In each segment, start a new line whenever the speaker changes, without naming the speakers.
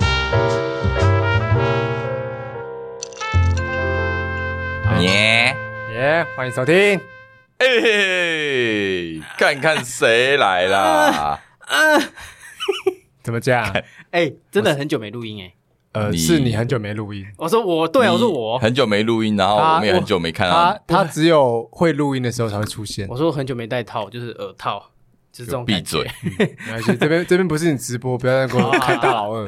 哎
欢迎收听。
哎、嘿嘿哎看看谁来啦？
呃，
怎么讲？
哎、真的很久没录音哎、
呃，
你
是你很久没录音，
我说我 对啊，我说
你
我，
很久没录音，然后
啊
我们也很久没看到
他
啊
你，
他只有会录音的时候才会出 现。
我说我很久没戴套，就是耳套，就是这种
闭
感觉
嘴。！
没关系，这边这边不是你直播，不要再给我开大老二。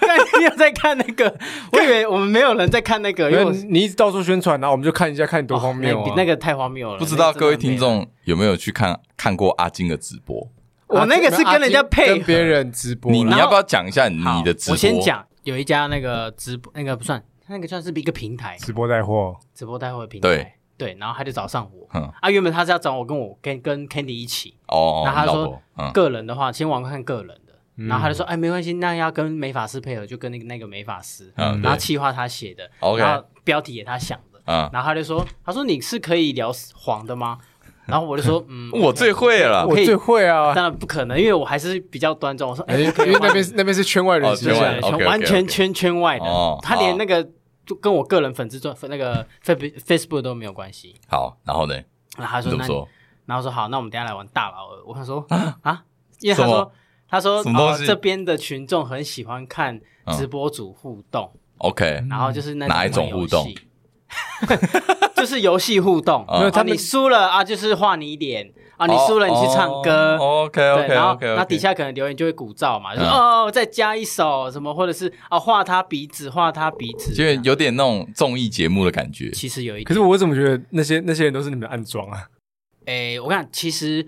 但你有在看那个？我以为我们没有人在看那个，因
因
为
为
我
你一直到处宣传，然后我们就看一下，看你多荒谬
哦
啊！
那那个太荒谬了。
不知道
那个真的
各位
很
听众有没有去看看过阿金的直播？
没有，我那个是跟人家
啊
配
跟别人直播啦。
你你
然后
要不要讲一下你
好
的直播？
我先，讲，有一家那个直播，那个不算，那个算是一个平台，
直播带货，
直播带货的平台。对，然后他就找上我
哼，
啊，原本他是要找我跟我跟跟 Candy 一起，
哦，
那他
你老
说
婆，嗯，
个人的话，先玩看个人的。
嗯
然后他就说：“哎，没关系，那要跟美法师配合，就跟那个那个美法师。
嗯
然后
对
企划他写的
OK
然后标题也他想的。
嗯，
然后他就说：‘他说你是可以聊黄的吗？’ 然后我就说：‘嗯，
我最会了
我
我
可以
最会啊！
哦当然不可能，因为我还是比较端庄。’我说：‘
哎
哎，
因
我可以
为
吗
那边是那边是圈外人士，
哦圈外人
对全
OK，OK，OK
完全圈圈外的
哦。
他连
好
那个就跟我个人粉丝专那个 Fa- Facebook 都没有关系。
好，然后呢？
然后他
你怎
说：‘那
么
你
说？
然后说好，那我们等一下来玩大佬二。我想说啊，因为他
什
说
么
他说
什么东西
哦、这边的群众很喜欢看直播主互动，
？OK，
然后就是那
嗯哪一种
玩游戏
互动？
就是游戏互动，
哦
没有
他
他
们
们输了啊，就是画你脸啊，你输了你去唱歌。
OK
对，
OK
然后
哦 OK，
那底下可能留言就会鼓噪嘛，就说
嗯
哦，再加一首什么，或者是啊画他鼻子，画他鼻子，
就有点那种综艺节目的感觉。
其实有一点
可是我怎么觉得那些那些人都是你们的暗装啊？
诶、我看其实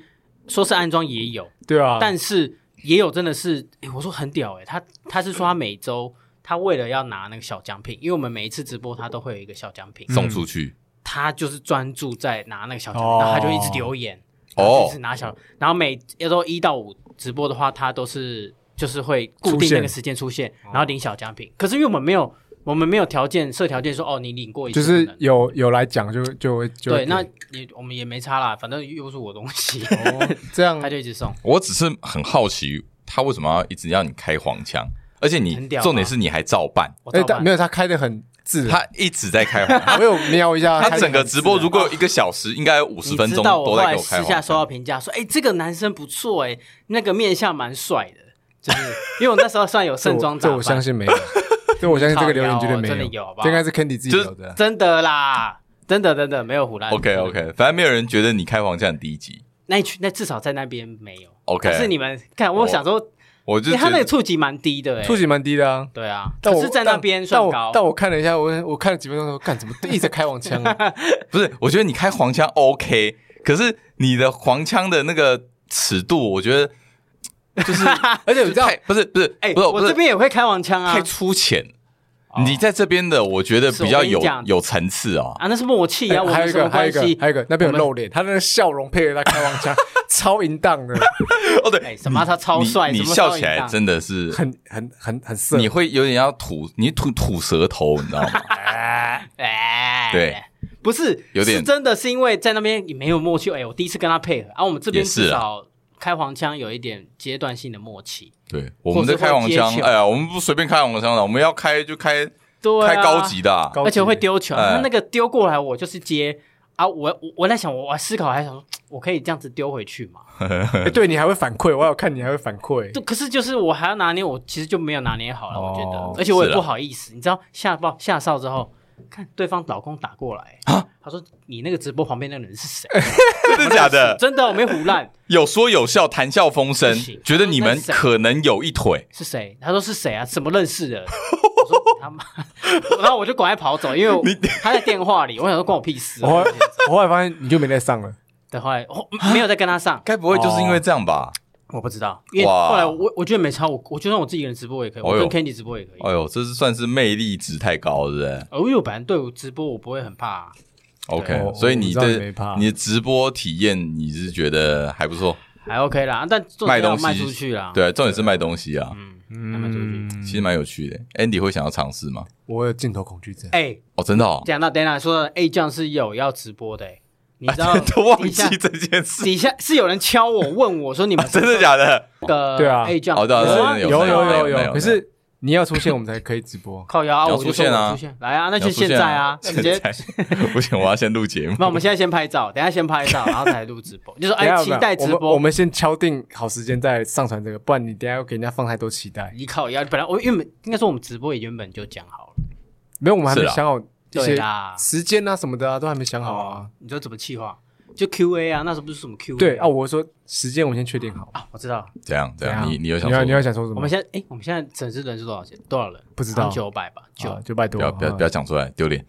说是安装也有，
对啊，
但是也有真的是，诶我说很屌诶，他他是说他每周他为了要拿那个小奖品，因为我们每一次直播他都会有一个小奖
嗯
品，
送出去
他就是专注在拿那个小奖
哦
品，然后他就一直留言，哦然后就一直拿小，然后每要都一到五直播的话，他都是就是会固
出
定
现
那个时间出现，然后领小奖品。可是因为我们没有我们没有条件设条件说哦，你领过一次
就
不
是
能
有有来讲就就会就
对，
会
那也我们也没差啦，反正又不是我东西，
哦这样
他就一直送。
我只是很好奇，他为什么要一直要你开黄腔？而且你
很屌吧
重点是你还照办，
我
哎，
照
但
办
没有他开的很自然，
他一直在开黄 腔。
我有瞄一下
他整个
开得很自
直播
然
如果有一个小时，应该有五十
你
分
知
钟
道我
都
后
在
来
给我开
私
黄
下收
腔。
到评价说，哎、这个男生不错，哎，那个面相蛮帅的，就是因为我那时候算有盛装
这
打
我
扮，
这我相信没有，这我相信这个留言绝对没
真的有好不好
这应该是 Candy 自己
就是
留的。
真的啦，真的真的没有胡乱。
OK OK，反正没有人觉得你开黄腔很低级。
那一群那至少在那边没有。
OK
可是你们看，我想说，
我就
哎
觉
他那个
得
触及蛮低的，哎，
触及蛮低的啊，
对啊，
但
可
我
是在那
但
边
但
算
我
高。
但我看了一下，我我看了几分钟说，干怎么一直开黄腔 啊？
不是，我觉得你开黄腔 OK，可是你的黄腔的那个尺度，我觉得
而且你知道
太，不是不是，
哎、
不是
我
不
这
是
边也会开黄腔啊哦
太粗浅。你在这边的，我觉得
是
比较
我跟你
有
讲
有层次 哦。
啊，那是默契啊，我
哎还有
们
一
什
个
么
还有一
关
个
系？
还有一个那边有
我们
露脸，他那个笑容配合他开 黄腔，超淫荡的，
哦，对
哎、，什么啊他超
你
帅，
你
什么啊
笑
超
起来
淫荡
真的是
很很很很色。
你会有点要吐，你吐吐舌头，你知道吗？
哎，
对，
不是，
有点
是真的是因为在那边也没有默契。哎，我第一次跟他配合，啊，我们这边
也是啊
至少开黄腔有一点阶段性的默契。
对，我们在开黄
或
腔
是会，接球
哎呀，我们不随便开黄腔的，我们要开就开
对、啊，
开高级的啊，
高级
而且会丢球。
哎
他那个丢过来，我就是接啊。我我我在想，我我思考还想说，我可以这样子丢回去嘛？
哎对你还会反馈，我有看你还会反馈，
对，可是就是我还要拿捏，我其实就没有拿捏好了，我觉
哦
得，而且我也
是啊
不好意思，你知道下报下哨之后。看对方老公打过来，
啊
他说：“你那个直播旁边那个人是谁？
真的假的？
真的我没胡乱，
有说有笑，谈笑风生
不行，
觉得你们可能有一腿。
是谁？他说是谁啊？怎么认识的？我说他妈，然后我就赶快跑走，因为我他在电话里，我想说关我屁事
哦
我后
啊、
来我后来发现你就没在上了，
对，后来我没有再跟他上，
该不会就是因为这样吧？
我不知道，因为
哇
后来我我觉得没差，我我就算我自己一个人直播也可以，我
哎
跟
呦
Candy 直播也可以。
哎呦，这是算是魅力值太高，是不是
哦，因为我本来对我直播我不会很怕、啊，
对我
？OK，所以你
我知道你没
的
怕
你的直播体验，你是觉得还不错。
还 OK 啦，但重
卖
点要
东西
卖出去啦，，
对，重点是卖东西啊，
嗯，卖出去。
其实蛮有趣的。Andy 会想要尝试吗？
我有镜头恐惧症。
哎、
哦，真的哦，
讲到等一下说到 A 酱是有要直播的、哎你知道
都忘
底下
记这件事，
底下是有人敲我问我说你们
真的假的？
的
对啊
？A 酱
哦对啊
有
对
啊。
啊有
有
有有
有
有有
可是你要出现我们才可以直播
靠腰啊，
要
我
出
就说
现啊
我出现，来啊，那就
要出
现
现
在 啊，直
现
接。
在 不行，我要先录节 目。
那我们现在先拍照，等一下先拍照，然后才录直播。就说哎，
等一
期
下
待
我
直
们
播。
我们先敲定好时间再上传这个，不然你等一下又给人家放太多期待。
依靠要，本来我原本应该说我们直播也原本就讲好了，
没有，我们还没
是啊
想好这
对
些
啦。哦
时间啊什么的啊，都还没想好啊。
你知道怎么气话？就 Q A 啊，那时候不是什么 Q A
对啊，我说时间我们先确定好。
啊，我知道。
怎样？怎啊样？你你有想
你要
说
你要想说什么？
我们现在哎，我们现在整治人是多少钱？多少人？
不知道
九百吧，九
九百多
不要不要不要讲出来，丢 脸。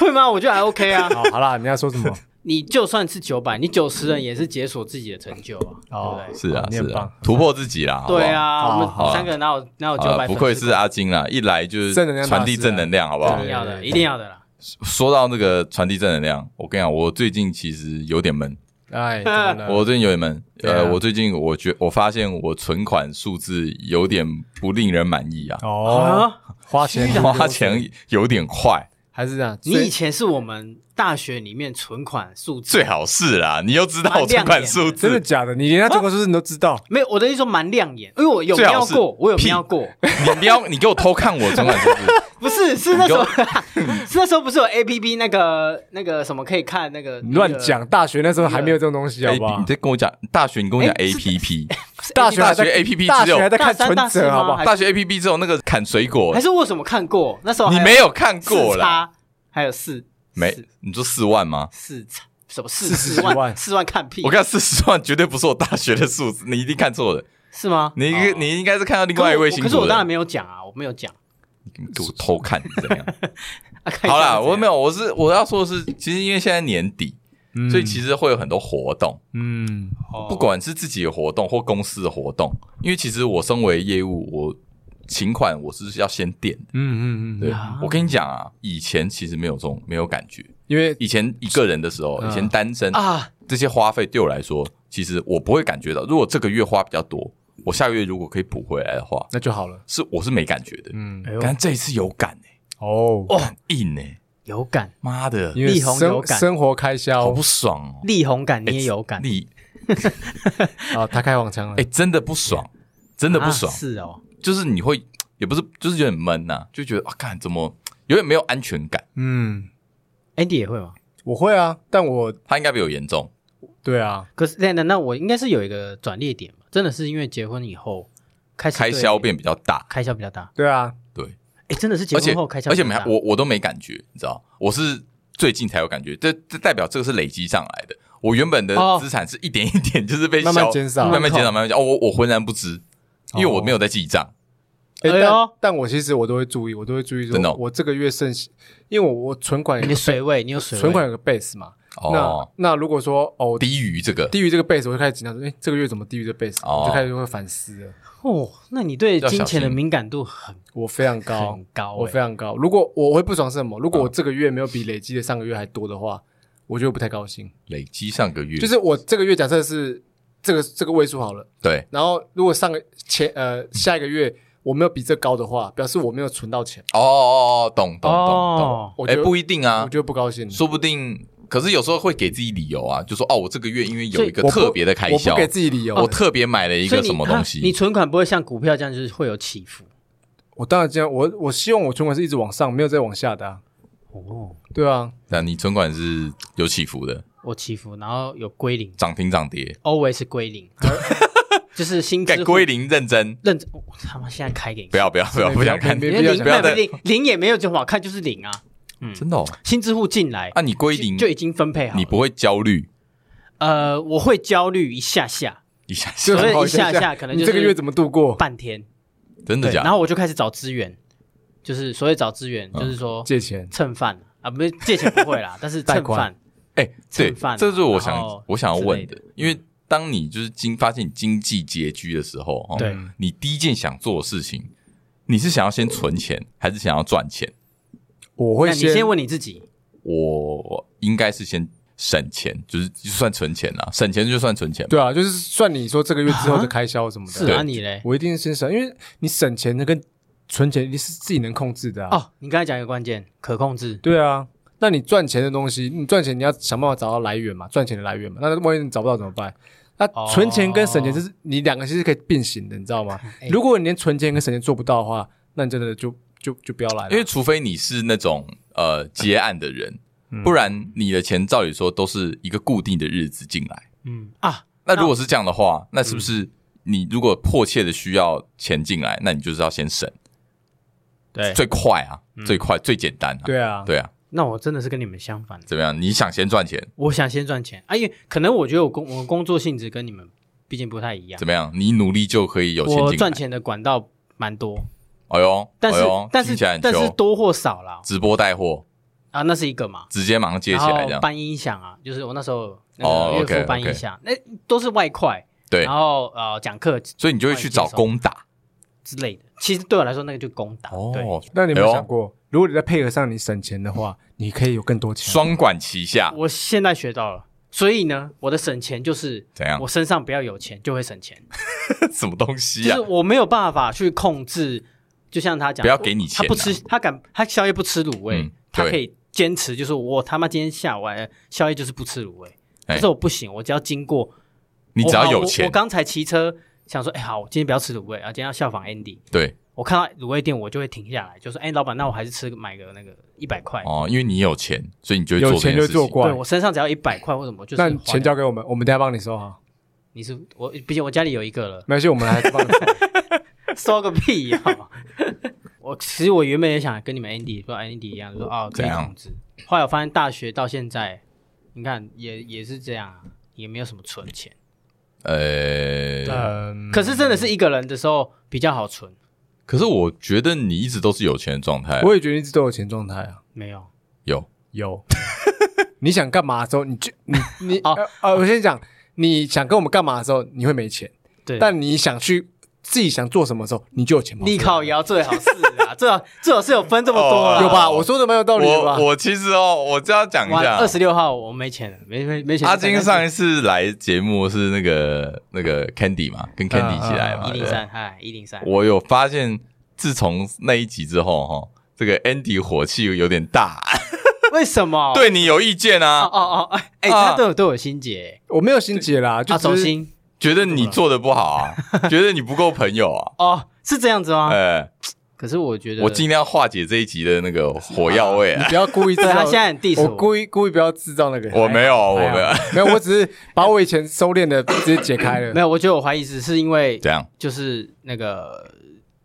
会吗？我觉得还 OK 啊。
好，好啦，你要说什么？
你就算是九百，你九十人也是解锁自己的成就啊，
哦
对不对？
是啊
哦你
是
很
啊
棒，
突破自己啦。好不好
对，啊，
好
我
好
啊
们三个人哪有哪有
好
九
了
百？
不愧是阿啊金啦，一来就是
正能量大
传递
师啊
正能量，好不好
一定
对？
要的，一定要的啦。
说到那个传递正能量，我跟你讲，我最近其实有点闷，
哎，怎么了？
我最近有点闷。
对啊
呃，我最近我觉我发现我存款数字有点不令人满意啊，
哦，
啊，
花钱
花钱有点快。
还是这样？
你
所以
以前是我们大学里面存款数字
最好是啦，你又知道我存款数
真的
字，
假的？你连他中国数字你都知道？
没有，我的意思说蛮亮眼，因为我有
最
瞄
好是
过，我有
屁
瞄 过，
你不要你给我偷看我存款数字，
不是是那时候，
嗯
是那时候不是有 A P P 那个那个什么可以看那个
你乱，讲！大学那时候还没有这种东西，好
A
不
P，
好
你？在跟我讲大学，你跟我讲
哎
A P P，
大学还 在
大学 APP
大
只有
学还在看
大三大
存
四
折，
吗
好不好？
大学 A P P 只有那个砍水
那个
果
还，是我有什么看过？那时候还
你没有看过
四
啦？
叉，还有四
没
四，
你说四万吗？
四叉什么四
四
四
十
万
万
四万看屁
我看四十万绝对不是我大学的数字，你一定看错 了。
是吗？
你
哦
你应该是看到另
可
外一
是我
位新
可是我
主
当然
人，
没有讲啊，我没有讲。
你给我偷看你怎样？
啊、看一下
好啦，
是怎样
我没有，我是我要说的是，其实因为现在年底，
嗯
所以其实会有很多活动，
嗯，
哦
不管是自己的活动或公司的活动，因为其实我身为业务，我请款我是要先垫的。
嗯嗯
对
嗯，
啊，
我跟你讲啊，以前其实没有这种没有感觉，
因为
以前一个人的时候，
嗯
以前单身
啊，
这些花费对我来说，其实我不会感觉到。如果这个月花比较多，我下个月如果可以补回来的话，
那就好了。
是我是没感觉的。
嗯，
哎呦
但这一次有感哎、
哦，
干硬哎、
有感，
妈的，
因为
力宏有
生
感
生活开
好
销
不爽哦！
力宏感你也有感，
你
啊，他开黄腔了
哎、。真的不爽，真的不爽，
啊是哦，
就是你会也不是，就是有点闷呐、就觉得啊，看怎么有点没有安全感。
嗯，
Andy 也会吗？
我会啊，但我
他应该比我严重，
对啊，
可是那那那我应该是有一个转捩点吧，真的是因为结婚以后开始
开
对
销变比较大，
开销比较大，
对啊，
对，
哎，真的是结
而且
婚后开销
而
比
且
较
没
大，
我我都没感觉，你知道，我是最近才有感觉，这这代表这个是累积上来的。我原本的
哦
资产是一点一点，就是被
慢慢
消
减少
慢慢减少，
慢
慢慢减少。哦我我浑然不知，因为我
哦
没有在记账。
哎
哎呦
但但我其实我都会注意，我都会注意
真的
说
哦，
我这个月剩，因为我我存款有
你
个
的水位，你有水位
存款有个 base 嘛，
哦，
那那如果说哦我
低于这个
低于这个 base，我就开始紧张说，哎，这个月怎么低于这个 base？
哦
我就开始会反思了。
哦，那你对
要小
金钱的
心
敏感度很
我非常高，
很高
我
欸
非常高。如果我会不爽是什么？如果我
嗯
这个月没有比累积的上个月还多的话，我就会不太高兴。
累积上个月，
就是我这个月假设是这个这个位数好了，
对
然后如果上个前呃
嗯
下一个月我没有比这高的话，表示我没有存到钱，
哦哦哦，懂懂懂
哦，
我
懂。哎，
就
不一定啊
我，就不高兴了。
说不定，可是有时候会给自己理由啊，就说哦，我这个月因为有一个
我不
特别的开
我
销
不，给自己理由。
我特别买了一
所以
个
你
什么
哈
东
你
西。
存款不会像股票这样，就是会有起伏
我当然这样，我我希望我存款是一直往上，没有再往下的、啊。
哦，
对啊，
那你存款是有起伏的，
我起伏，然后有归零
涨停涨跌。
，always 归零，就是 薪
改
资
归零，认真，
认真，我他妈现在开给你
不，要不要不 要，
没
哦不想
没
看。
没
因
没
为
必要
零
讲
不要再
零零也没有就好看，就是零啊，
真的哦，
新支户进来
啊，你归零
就，已经分配好了，
你不会焦虑
呃，我会焦虑一下下，
一下
就
下？
所以
很好
一下
下
下可能
你
就是
这个月怎么度过？
半天，
哦真的嗯
对，
假
然
的？
后我就开始找资源，就是所谓找资源，就是说
借钱
蹭饭啊，不是借钱不会啦， 但是
贷
蹭
款
饭，
哎，对
蹭饭啊，
这是我
然
想
后
我想要问
之
的，因为当你就是经发现你经济拮据的时候，哦
对，
你第一件想做的事情，你是想要先存钱，还是想要赚钱？
我
那
会
你先问你自己，
我应该是先省钱，就是就算存钱啦，省钱就算存钱嘛。
对啊，就是算你说这个月之后的开销什么
是
的。
啊，你嘞？
我一定是先省，因为你省钱的跟存钱你是自己能控制的啊。
哦，你刚才讲一个关键，可控制，
对啊，那你赚钱的东西，你赚钱你要想办法找到来源嘛，赚钱的来源嘛。那万一你找不到怎么办？那
哦 哎
存钱跟省钱就是你两个其实可以并行的，你知道吗？如果你连存钱跟省钱做不到的话，那你真的就就就不要来了，
因为除非你是那种呃结案的人，
嗯
不然你的钱照理说都是一个固定的日子进来。
嗯啊，
那如果是这样的话，那是不
嗯
是你如果迫切的需要钱进来，那你就是要先审，
对，
最快啊，
嗯
最快最简单啊。
对啊，
对啊，
那我真的是跟你们相反的，
怎么样？你想先赚钱，
我想先赚钱，啊，因为可能我觉得我工我工作性质跟你们毕竟不太一样
怎，么样？你努力就可以有钱进
啊我
来。
赚钱的管道蛮多，
哎呦，
但是
哎呦
但
听
是
起来很
但是
穷
多或少啦，
直播带货，
啊，那是一个嘛，
直接马上接
然
起
后
来这样。
搬音响啊，就是我那时候
哦
那个岳
OK，OK
父搬音响，那都是外快，
对
然，后呃讲课
所以你就会去找攻打。
之类的。其实对我来说，那个就攻打，啊对，
哦，
那你有没
哎
有
呦
想过，如果你再配合上你省钱的话，你可以有更多钱。
双管齐下，
我现在学到了。所以呢，我的省钱就是
怎样
我身上不要有钱就会省 钱，
什么东西
就
啊
是？我没有办法去控制。就像他讲，
不要给你钱啊
他不吃，他敢，他宵夜不吃卤味，
嗯
他
对
可以坚持，就是我他妈今天下午呃宵夜就是不吃卤味，
哎
可是我不行，我只要经过
你只要有钱
我我，刚才骑车想说，哎、好，我今天不要吃卤味啊，今天要效仿 Andy。
对
我看到卤味店，我就会停下来，就说，哎、老板，那我还是吃个买个那个一百块。
哦，因为你有钱，所以你就会做
有
这
钱
件
就
事
做
情。
怪
对，我身上只要一百块或什么，就是
那
花
钱
掉
交给我们，我们等一下帮你收好。
你是我，毕竟我家里有一个了，
没关系，我们还是帮你收。
收个屁呀、 我其实我原本也想跟你们 Andy 说 Andy 一样，就说哦可
怎
以
样
控制。后来我发现大学到现在，你看也也是这样啊，也没有什么存钱。
呃，
嗯，
可是真的是一个人的时候比较好存，
可是我觉得你一直都是有钱的状态啊。
我也觉得一直都有钱状态啊。
没有
有
有， 你想干嘛的时候，你就你你
哦
呃呃，我先讲，你想跟我们干嘛的时候，你会没钱；
对，
但你想去自己想做什么的时候，你就有
哦啊
钱跑出来。
你烤窑最好是啊， 最好最好是有分这么多
哦
啦。
有吧？我说的蛮有道理的吧
我？我其实哦，我这要讲一
完
下
二，十六号我没钱了，没没没钱。
阿金上一次来节目是那个那个 Candy 嘛，跟 Candy 一起来嘛，
啊一
对
零
不对
三，哎，一零三，
我有发现，自从那一集之后，哈，这个 Andy 火气有点大，
为什么？
对你有意见
哦
啊，
哦哦，哎哎，
啊
他对我对我心结
我没有心结啦，就
啊，走
只是
心
觉得你做的不好 啊，觉得你不够朋友啊，
哦，是这样子吗？
哎，
可是我觉得
我尽量化解这一集的那个火药味
你
啊，
不要故意制
对他
造
现。在很 diss
我故意故意不要制造那个，
我没有，
哎
我
还好
没有，
没有，我只是把我以前收敛的直接解开了。
没有，我觉得我怀疑只是因为
怎样
就是那个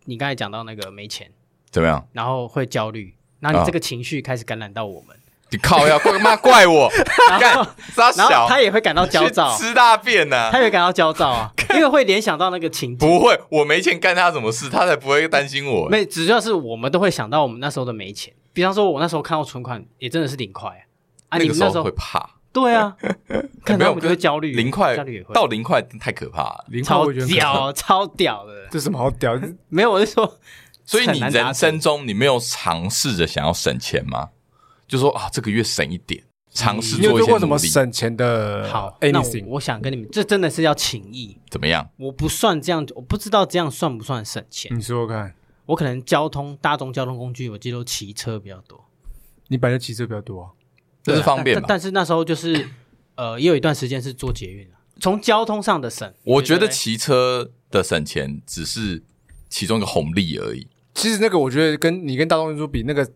你刚才讲到那个没钱，
怎么样？
然后会焦虑，然后
啊
你这个情绪开始感染到我们，
你靠要 怪妈怪我，干傻
然后
小，
他也会感到焦躁，
去吃啊大便呢、
他也会感到焦躁啊，因为会联想到那个情景。
不会，我没钱干他什么事，他才不会担心我。
没，只要是我们都会想到我们那时候的没钱。比方说，我那时候看到存款也真的是零块啊，啊
那
你
个
们
时
那时
候会
候
怕，欸
对啊，
没
看到
有
我们就会焦虑，
零块
焦虑也会
到零块太可怕了。
零块
超
我觉得很可怕
屌，超屌的。
这什么好 屌？
没有，我是说，
所以你
很难达
人生中你没有尝试着想要省钱吗？就说啊，这个月省一点，尝试
你有
做一
做
些
过什
努
么
力，
省钱的？
好，那我
，anything
我想跟你们，这真的是要情谊。
怎么样？
我不算这样，我不知道这样算不算省钱。
你说说看，
我可能交通大众交通工具，我记得都骑车比较多，
你本来就骑车比较多啊，
这是方便
但
吧？
但是那时候就是，呃，也有一段时间是坐捷运啊。从交通上的省，
我
觉
觉得
嘞
骑车的省钱只是其中一个红利而已。
其实那个我觉得跟你跟大众运输比，那个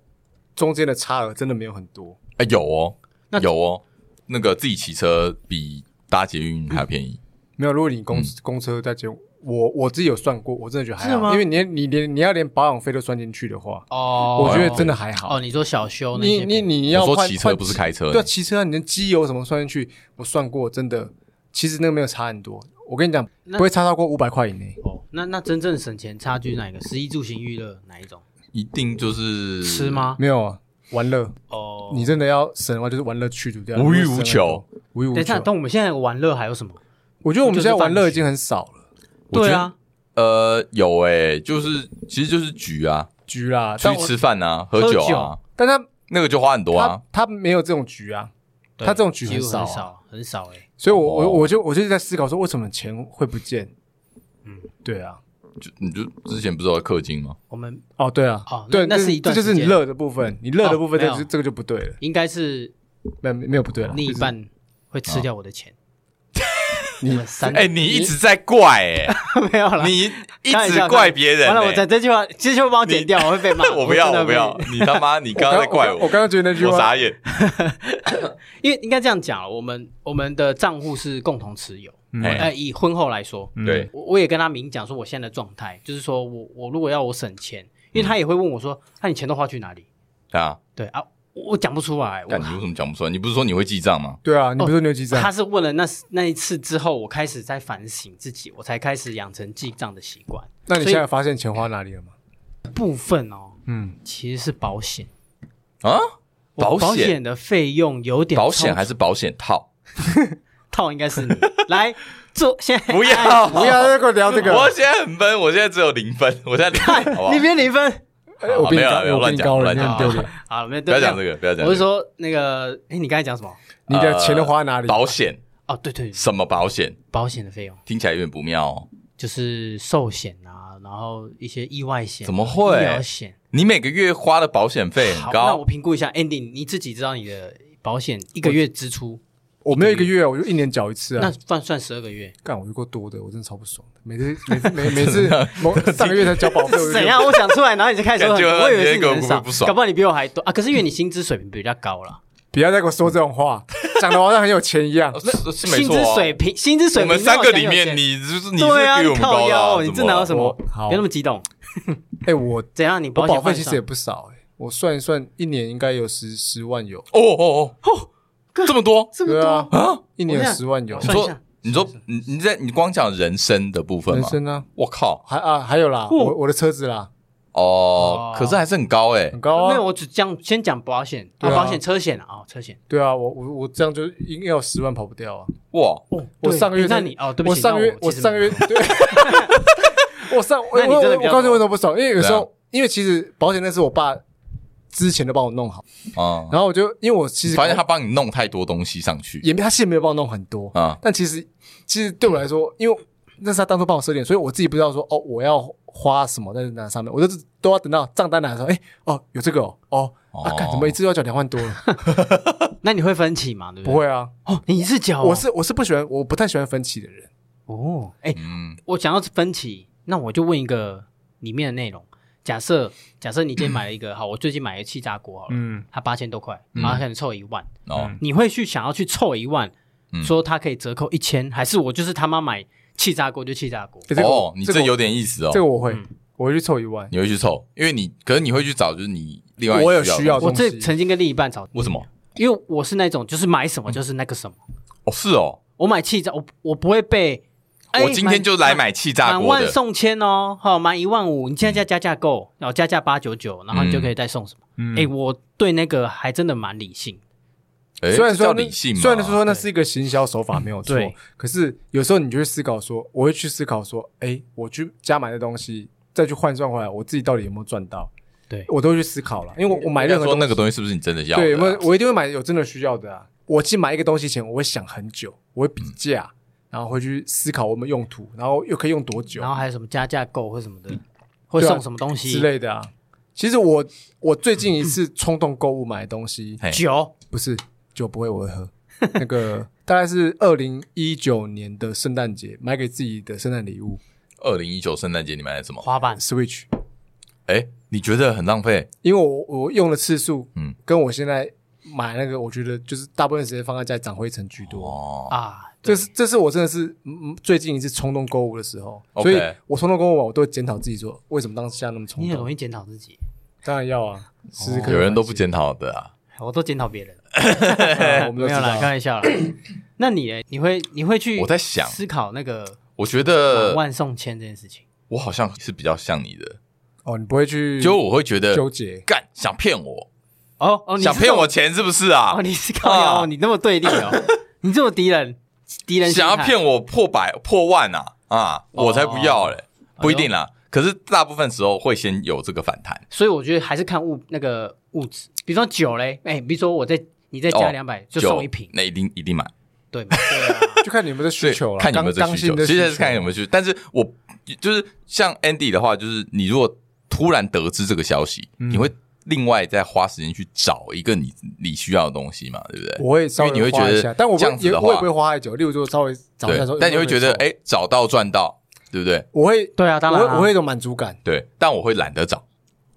中间的差额真的没有很多。
啊，有哦
那，
有哦，那个自己骑车比搭捷运还便宜。
没有，如果你
嗯
公、公车在捷运，我我自己有算过，我真的觉得还
是吗
好，因为你连你连你要连保养费都算进去的话，
哦，
我觉得真的还好。
哦，你说小修那些
你你你要
我说
换
骑车不是
换
开车
对
呢
啊，，骑车啊你连机油什么算进去，我算过，真的其实那个没有差很多。我跟你讲，
那
不会差超过五百块以内。
哦，那那真正省钱差距是哪一个？食衣住行娱乐哪一种？
一定就是
吃？吗？
没有啊，玩乐，
哦，
你真的要省的话，就是玩乐去除掉，
无欲
不会
无
省很
求
多，无欲无
等一下，
求。
但我们现在玩乐还有什么？
我觉得我们现在玩
就是
乐
饭
已经很少了，
我觉
对
得
啊，
呃，有诶、就是其实就是局啊，
局啦，
出
但
去
我
吃饭啊，喝
喝
酒啊
酒，
但他
那个就花很多啊
他。他没有这种局啊，
对
他这种局
几乎
很少啊
很少很少哎。
所以我我
哦
我就我就在思考说，为什么钱会不见？嗯，对啊，
就你就之前不是有氪金吗？
我们
哦对啊，
哦那
对，
那
这
是一段
这就是
时
你
间
乐的部分，你乐的部分，
哦
这
没有
就是这个就不对了，
应该是
没有没有不对了，
另一
就是
半会吃掉我的钱，我们三
哎、啊 你一直在怪哎、
没有了，
你一
开玩
直
笑
怪别人、
完了，
哎。
我这这句话这句话帮我剪掉，我会被骂
我不要，
真的
我不要，你他妈，你刚刚在怪
我刚刚觉得那句
我
话
傻眼。
因为应该这样讲，啊我们我们的账户是共同持有。
嗯
哎
呃，以婚后来说，
嗯
对，
我我也跟他明讲说我现在的状态，就是说我我如果要我省钱，因为
嗯
他也会问我说，那、你钱都花去哪里？
啊，
对啊，我我讲不出来。
那你为
我
什么讲不出来？你不是说你会记账吗？
对啊，你不是牛几站
哦他是问了那那一次之后，我开始在反省自己，我才开始养成记账的习惯。
那你
所以
现在发现钱花哪里了吗？
部分哦，
嗯，
其实是保险，
啊，
我
保
保
险
险的费用有点
保险
超
还是保险套？
套，应该是你来哎做现在
不要，
不要再跟我聊这个，
哦我现在很分，我现在只有零分，我现在零分，好不好
你？别零分。
哎我比你
哦没有没有
高，我比
乱
你
讲
高了，
乱
你
讲
很丢脸。
好了，没有
不要讲这个，不要讲这个。
我是说那个，哎，你刚才讲什么？
你
呃
的钱都花哪里？
保险，
哦，对对，
什么保险？
保险的费用
听起来有点不妙哦。
就是寿险啊，然后一些意外险啊，
怎么会
医疗险？
你每个月花的保险费
好，
很
那
高，
我评估一下，Andy，你自己知道你的保险一个月支出，
我没有一个月，我就一年缴一次
那
啊。
算算十二个月，
干，我遇过多的，我真的超不爽的。每次每次每每 次某上个月才缴保费，我就
怎样？我想出来，然后你就开始说很，
感觉
我以为是
你
你
这个
很
会
少
不会不，爽
啊搞不好你比我还多啊。可是因为你薪资水平比较高了，
不要再跟我说这种 话，讲的好像很有钱一样。
哦
是是没
薪
错
资
啊。
水平，薪资水
我
平没
们
有想
三
有
个
钱，
里面，你就是你是
对啊，
比我们
靠
高的
腰
啊，
哦，你
怎
这哪有什么
我？好
别那么激动，
哎，我
怎样？你
我
保险
保费
换
其
算
实也不少哎，我算一算，一年应该有十十万有，
哦哦哦，这么多？
这么
对
多
啊，，一年有十万有
我。
你
算一
说
下
你说你你在你光讲人生的部分
人
吗？
生呢？
我靠
还啊还有啦，
哦
我我的车子啦，
哦
哦，
可是还是很高哎
很。高
没有，
啊。
我只讲先讲保险，
对啊
保险车险啊，哦车险。
对啊，我我我这样就应该有十万跑不掉啊。
哇，
哦，
我上个月
那
才
你哦，对不
我
起，
上个月
那，
我
其实
上个月， 对， 我上我
那你
我
真的
我
比较啊
告诉你为什么不爽，因为有时
对
候，因为其实保险那是我爸之前都帮我弄好，
啊！
然后我就因为我哦其实
发现他帮你弄太多东西上去
也他其实没有帮我弄很多，
啊，
但其实其实对我来说，因为那是他当初帮我设定的，所以我自己不知道说哦我要花什么在那上面，我就是都要等到账单来的时候，哎哦有这个哦哦啊
哦
干怎么一次要缴两万多了？
那你会分期吗？对
不
对？
会啊，
哦，你是缴哦
我是我是不喜欢我不太喜欢分期的人，
哦，哎，
嗯，
我讲到分期，那我就问一个里面的内容。假设假设你今天买 了一个好，我最近买了气炸锅好了，
嗯
它八千多块，
嗯
然后可能凑一万，
哦，
嗯
你会去想要去凑一万
嗯，
说它可以折扣一千，还是我就是他妈买气炸锅就气炸锅？
哎这个我
哦，你这
个我
有点意思哦
这。个我会
嗯，
我会去凑一万，
你会去凑，因为你可是你会去找，就是你另外
我有
需
需
的
要的
东
我
西
东西
这曾经跟另一半吵，
为什么？
因为我是那种就是买什么就是那个什么。
哦，是哦，
我买气炸，我我不会被。哎
我今天就来买气炸
满
锅
万
的，
送千哦，好满一万五，你现在加加价购，然后加价八九九，然后你就可以再送什么？
嗯
哎、我对那个还真的蛮理性。
哎
虽然
这叫
说那
理性嘛，嗯
虽然说那是一个行销手法没有错
对，
可是有时候你就会思考说，我会去思考说，哎，我去加买的东西，再去换算回来，我自己到底有没有赚到？
对
我都会去思考了，因为我我买
应该
任何
说
东
那
西，
个东西是不是你真的要的啊？
对，有没有我一定会买有真的需要的啊。我去买一个东西前，我会想很久，我会比价，
嗯
然后会去思考我们用途，然后又可以用多久
然后还有什么加价购或什么的，
嗯
会
对啊
送什么东西？
之类的啊。其实我我最近一次冲动购物买的东西，
嘿
酒
不是酒不会我会喝，那个 大概是二零一九年的圣诞节买给自己的圣诞礼物
二零一九圣诞节你买了什么？
花瓣
Switch，
哎，你觉得很浪费？
因为我我用的次数，
嗯
嗯，跟我现在买那个，我觉得就是大部分时间放在家里长灰尘居多。
哦，
啊，
这
对
是这是我真的是嗯嗯最近一次冲动购物的时候
OK
所以我冲动购物完，我都会检讨自己说为什么当下那么冲
你很
动
容。易检讨自己，
当然要啊，时时刻刻
哦有人 都不
检
检讨的啊。
我都检讨别人，
讨，我们都
没
知
有啦，
道
开。玩笑啦。那你呢你会你会去
我在想呃
思考那个
我觉
满
得
万送千这件事情，
我好像是比较像你的，
哦，你不会去
就我会觉得
纠结，
干想骗我，
哦哦，你是
想骗
这种
我钱是不是啊
哦，？你是靠腰、
啊
哦，你那么对 立哦，你这么敌人，敌人心
想
态
要骗我破百破万啊啊！
哦
我才不要嘞，不一定
哎
啦。可是大部分时候会先有这个反弹，
所以我觉得还是看物那个物质，比如说酒嘞，哎、比如说我再你再加
哦
两百、就送一瓶，
那一定一定买。
对吗？对 啊，
就看你们的需
对，
求了，
看有没有这
刚
个
刚
需
性
求。
的
其实还
需
是看有没有需求，但是我
嗯
就是像 Andy 的话，就是你如果突然得知这个消息，你会另外再花时间去找一个你你需要的东西嘛，对不对？
我会稍
因为你
微
会
花
觉
一
得
下，但我不
这样子
也
的
我也
话
不会，花太久。例如说稍微找一下说，
对，但你会觉得哎、，找到赚到，对不对？
我会
对啊，当然
我会
啊
我会有一种满足感。
对，但我会懒得找，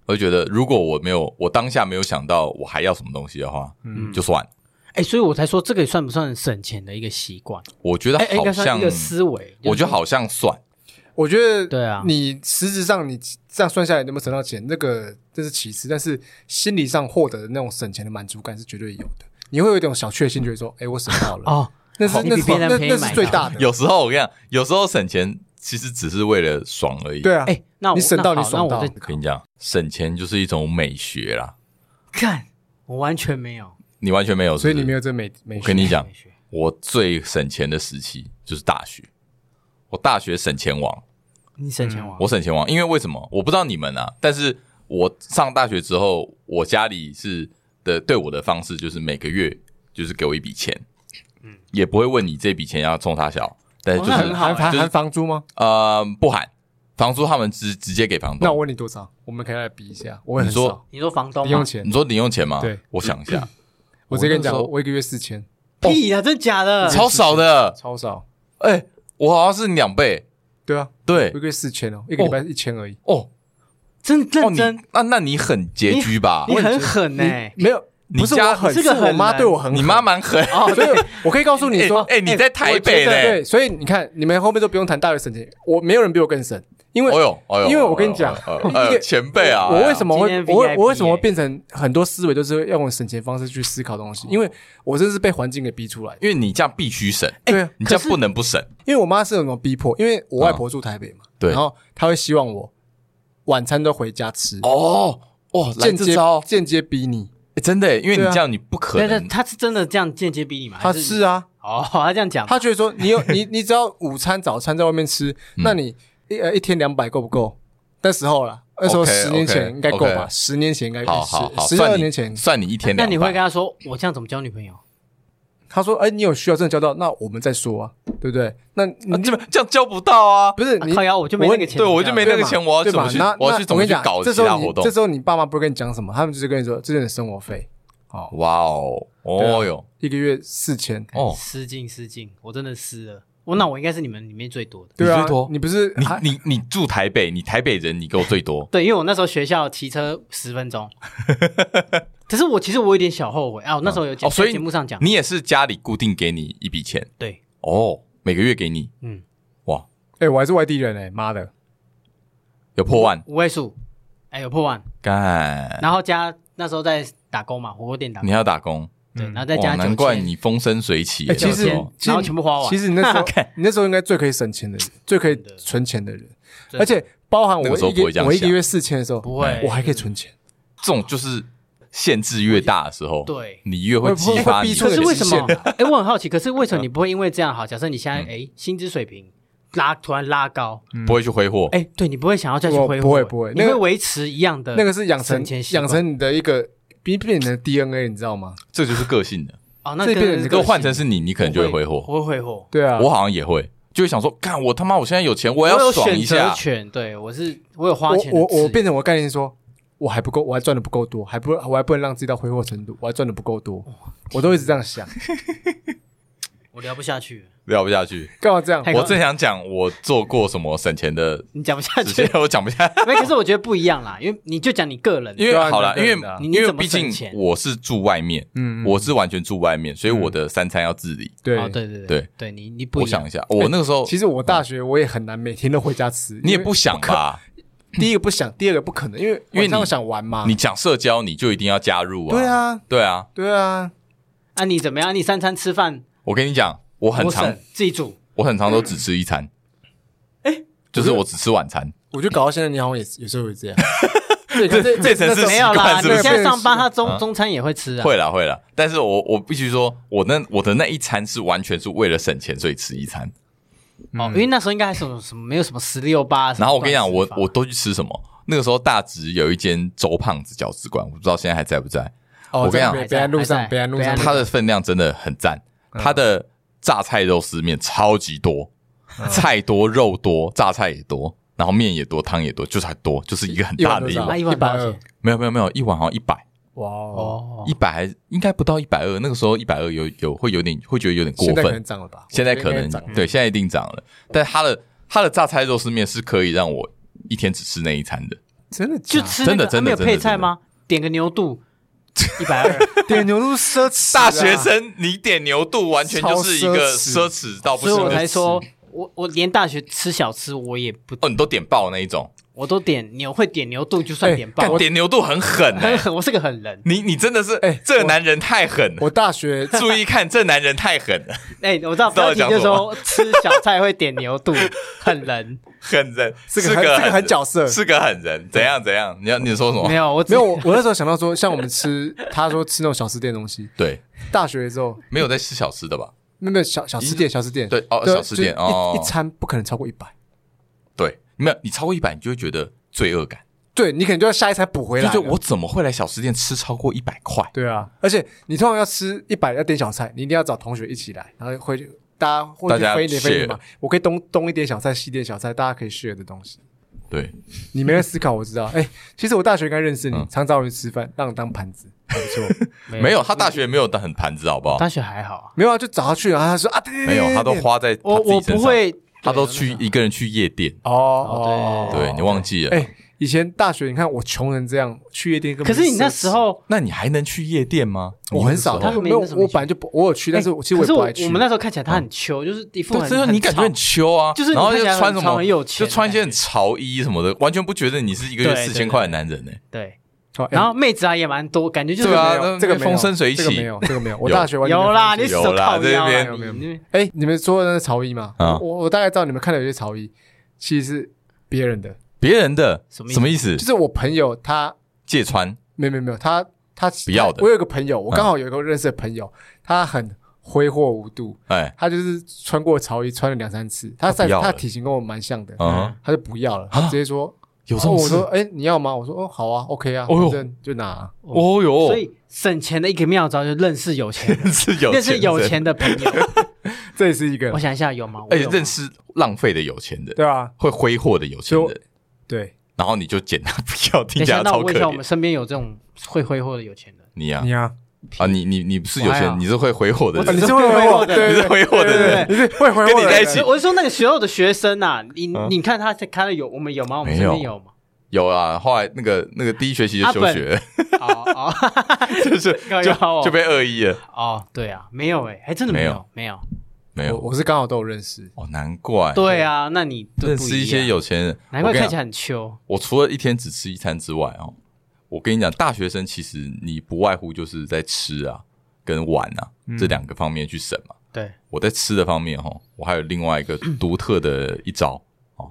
我就觉得如果我没有我当下没有想到我还要什么东西的话，嗯，就算了。
哎、所以我才说这个也算不算省钱的一个习惯？
我觉得
哎、哎应
好
该算
像
一，个思维。
我觉
就
得
是
好像算，
我觉得
对啊
你实质上你这样算下来能不能省到钱，那个这是其次，但是心理上获得的那种省钱的满足感是绝对有的。你会有一种小确幸，觉得说，哎，我省到了，
哦，
那是
你
那
比
是
别人
那
便宜
那
买
是最
到
大的。
有时候我跟你讲，有时候省钱其实只是为了爽而已。
对，啊，
哎、那我
你省到
那
你
好
爽
那
到
我再，
跟你讲，省钱就是一种美学啦，
看，我完全没有。
你完全没有
所以你
是不
没
是
有这美美
我跟你讲
美学，
我最省钱的时期就是大学，我大学省钱王，
你省钱王，
嗯我省钱王，因为为什么？我不知道你们啊，但是我上大学之后，我家里是的对我的方式就是每个月就是给我一笔钱，嗯，也不会问你这笔钱要冲啥小，但是就
哦那
是、
很好
含
哎
含
就是
含房租吗？
呃不喊房租，他们直直接给房
那我
东。
问你多少？我们可以来比一下。我也很
你说
少，
你说房东
零
吗
用？钱
你，说零用钱吗？
对
我想一下，
我直接跟你讲，
那时
我
候
我一个月四千，
屁啊，真假的？
嗯
超少的，
超少。
哎、我好像是两倍，
对啊，
对
我一个月四千哦，一个礼拜一千而已。
哦。
真
哦，
认
你
真，
那那你很拮据吧？
你很狠欸呢、
没有，
你
不是
家
我狠，
你
是
是个
我
狠
妈
人
对我很
你
狠
妈蛮狠。
哦，所以我可以告诉你说，
哎哎你在台北
我觉得
嘞
对，所以你看，你们后面都不用谈大学省钱，我没有人比我更省，因为
哦呦，哦呦，
因为我
哦
跟你
呦
讲
哦 呦哎
一
呦
个
前辈啊，
我为什
么
么
今
会
天
我会
VIP
我为什么
耶
会变成很多思维都是要用省钱方式去思考东
哦
西？因为我真是被环境给逼出来的。
因为你这样必须省，
对啊，
你这
可
样
是
不能不省。
因为我妈是有什么逼迫，因为我外婆住台北嘛，
嗯对
然后她会希望我晚餐都回家吃，
哦哦，来
间
这
接
招
间接逼你，
哎真的耶，因为你
对啊
这样你不可
对对，
能。
他是真的这样间接逼你吗？
她
还
是啊，
哦，他这样讲，
她觉得说 你有你你只要午餐早餐在外面吃，
嗯
那你一呃一天两百够不够？那时候啦，那时候
OK，
十年
OK，
前应该够吧？
OK
十年前应该
好好好，
十十二
算
年
你
前，
算你一天
那
两
你会跟
百。
他说我这样怎么交女朋友？啊
她说：“哎，你有需要真的交到，那我们再说啊，对不对？那
啊
你
这么这样交不到啊！
嗯不是
啊
你
靠腰我就没那个钱，
对我就没那个
对嘛
钱，我要
对
怎
吧
么？去？
那
我要
那
去怎么
跟你
去
讲
搞
这
其
时候
他
你
活动
这？时候你爸妈不会跟你讲什么，他们就是跟你说这就是你的生活费，好，
哇哦，
啊
哦哟，
一个月四千。
哦，
失敬失敬，我真的失了。我哦那我应该是你们里面最多的。
对
你
啊
最多，
你不是
你
还
你你住台北，你台北人，你给我最多
对，因为我那时候学校骑车十分钟，可是我其实我有点小后悔啊。我那时候有讲、
哦，所
在
以
节目上讲，
你也是家里固定给你一笔钱
对，
哦，每个月给你，
嗯，
哇，
哎，我还是外地人哎，妈的，
有破万
五位数，哎，有破万，
干，
然后加那时候在打工嘛，火锅店打
你
工，
还要打工，
对，
嗯
然后再
哇，
加
难
九
怪
千，
你风生水起耶。
哎其
那
实
时候
其实
然后全部花完。
其实你 那时候你那时候应该最可以省钱的人，最可以
真的
存钱的人，
真的
而且包含
那
我
个时候
一
不会这
个
样
我一个
想
月四千的时候，
不会
我还可以存钱。
这种就是限制越大的时候，
对
你越会激发
会
你
逼
的
出
可
你
是
的
为什么
极？
哎、我很好奇，可是为什么你不会因为这样好？假设你现在哎、薪资水平拉突然拉高，
不会去挥霍。
哎、对你不会想要再去
我
挥霍，
不会不会
你
那
会
个
维持一样的
那个是养成
省钱习惯
养成你的一个变变成你的 DNA，你知道吗？
这就是个性的。
哦，那
这
跟
变成
如
个
果
性
换成是你，你可能就会挥
我
霍。
会挥霍，
对啊，
我好像也会，就会想说，干我他妈，我现在有钱，我
我
要
有
爽
选
一
择
下。
权，对我是我有花
我
钱的
我
自
我
由
变成我概念是说，我还不够，我还赚的不够多，还不我还不能让自己到挥霍程度，我还赚的不够多，我都一直这样想，
我聊不下去了，
聊不下去，
干嘛这样
太？
我正想讲我做过什么省钱的
你讲不 下
事
去
情，，我讲不下。
没，可是我觉得不一样啦，因为你就讲你个人的，
因为
对啊
好了，因
对
为
啊对啊
因
你
为
怎么
毕竟
省钱
我是住外面，
嗯，
我是完全住外面，所以我的三餐要自理。
对
哦，对对
对
对你你不
我
一
想
样
一，下，我那个时候
哎其实我大学我也很难每天都回家吃，
你也
因为
不想吧？
啊
第一个不想，第二个不可能，因为
因为
晚上
你
我想玩嘛
你，讲社交，你就一定要加入啊。
对，啊，
对啊。
对啊，
啊，你怎么样？你三餐吃饭
我跟你讲，我很
我
常
省自己煮，
我很常都只吃一餐， 就是我只吃晚餐。
我觉得搞到现在你好像也有时候会这样，这这
这才是
那种
没有
习
啦，
惯
你
是不是
现在上班他
啊
中中餐也会吃啊，
会啦会啦，但是我我必须说，我那我的那一餐是完全是为了省钱，所以吃一餐。
哦，因为那时候应该还什么什么没有什么十六八，
然后我跟你讲，我我
我
都去吃什么？那个时候大直有一间周胖子饺子馆，我不知道现在还在不在。
哦
我跟你讲
在北北安路
还
上，
在
北安路
北
上
安，路
它的分量真的很赞，它的嗯榨菜肉丝面超级多，菜多肉多，榨菜也多，然后面也多，汤也多，就是还多，就是一个很大的一
啊一碗多
碗
百
少。一碗多少
二
钱，
没有没有没有，一碗好像一百，
哇哦，
哦
一百还应该不到一百二。那个时候一百二有有会有点会觉得有点过
现在可
分
能，涨了吧？
现在可
我觉得
能
应该涨了
对，现在一定涨了。但它的它的榨菜肉丝面是可以让我一天只吃那一餐的，
真的
就
假的
吃
真的
那个啊
真的
没有
真的
配菜
真的
吗？点个 牛肚，一百二，
点牛肉奢侈啊，
大学生你点牛肚完全就是一个奢
超
侈到不
所以
行
我才
的。
说，我我连大学吃小吃我也不，
哦，你都点爆那一种，
我都点牛会点牛肚就算
哎
点爆
干，点牛肚很狠
很
欸
狠，我是个狠人。
你你真的是，
哎
这个男人太狠 了。
我大学
注意看，这男人太狠了，
哎，我知道
知道
标
我
题
讲
就
什么
说吃小菜会点牛 肚，狠人。
狠人，
这个
是
很
个
这个很角色
是个狠人。怎样怎样？你要你说什
没
么？
有，我只
没有，我我那时候想到说，像我们吃，他说吃那种小吃店的东西。
对，
大学的时候，
没有在吃小吃的吧？
那有没有小小吃店，小吃店，
对哦小吃店
就是一
哦
一餐不可能超过一百，
对，没有，你超过一百，你就会觉得罪恶感。
对你可能就要下一餐补回
就
来。
是我怎么会来小吃店吃超过一百块？
对啊，而且你通常要吃一百要点小菜，你一定要找同学一起来，然后回去大家或
大家
者分一点分一点
share
嘛。我可以东东一点小菜，西一点小菜，大家可以 share 的东西。
对，
你没在思考，我知道。哎，其实我大学应该认识你
嗯，
常找你吃饭，让你当盘子，还不错。
嗯
没有，他大学没有很盘子，好不好？
大学还好，
没有啊，就找他去，然后他说啊，对 对对
没有，他都
对
花在他
我
自己
我
身
不
上，
会，
他都去一个人去夜店。
哦哦，
对
对你忘记了
哎、？以前大学，你看我穷人这样去夜店根本。
可是你那时候，哎
那你还能去夜店吗？
我很少，
你那
他
时候
我
没
没有，
那什么
我本来就不偶尔去，但是我其实我
可
也
是
不
我
爱去。嗯
我们那时候看起来他很秋，就是一副
对，
很
所以说你感觉很
吵
秋啊，
就是你
然后
看
就
起来
穿
很
什
潮
么
很有
就
钱
穿一些
的
很
感觉
潮衣什么的，完全不觉得你是一个月
对
四
对
千块的男人呢。
对，
好，哎
然后妹子啊也蛮多，感觉就是
对啊
没有
那
这个
那
没有
风生水起
这个没有，这个没有。我
有
大学完全没
有啦，
风
你
生水
手
有
起
啦
靠腰
这
啦，
边
没有没
你那边
哎、你们说的那是潮衣吗？
啊
我我大概知道你们看到有些潮衣其实是别人的，
别人的
什
什
么意思
么意思
就？是我朋友他
借穿
没有没有没有他他不
要的嗯
我有个朋友，我刚好有一个认识的朋友，他很挥霍无度，
哎，
他就是穿过潮衣穿了两三次，他在
不要
他
了
的体型跟我蛮像的，
嗯，
他就不要了，
啊
直接说
有这
哦
种
我
事
说，？哎、你要吗？我说，哦，好啊，OK 啊，
哦哟
反正就拿啊、
哦
所
哟，
以省钱的一个妙招就是认识有钱 人，
是 有
认识有
人，
钱的朋 友。
这也是一个
我，想一下有吗？我
而且
有吗
认识浪费的有钱人，
对啊，
会挥霍的有钱
就
人，
对，
然后你就捡他不要，听
等
起
一下，
来
那
超
我
可
问一下，我们
怜。
身边有这种会挥霍的有钱人？
你呀
你啊，
啊，你你你不是有钱
哎我还好
人，你是会挥霍的
啊
人
你，是会回我的，
你
对
是挥霍的
对对
人。
对，你是会回我的人，
跟你在一起
我是说那个时候的学生呐，你
嗯
你看他看到有我们有吗？我们
没
身
有
边有吗？
有啊，后来那个那个第一学期就休学了，
哦哦
就是
靠腰哦
就就被恶意了。
哦，对啊，没有哎，还真的没有没有。
没
我
有
我是刚好都有认识，
哦，难怪
对啊，那你都
认
不
识一
一
些
样，
有钱人，
难怪
我跟你讲
看起来很秋。
我除了一天只吃一餐之外哦，我跟你讲，大学生其实你不外乎就是在吃啊跟玩啊、
嗯
这两个方面去省嘛。
对，
我在吃的方面哦，我还有另外一 个独特的一招哦，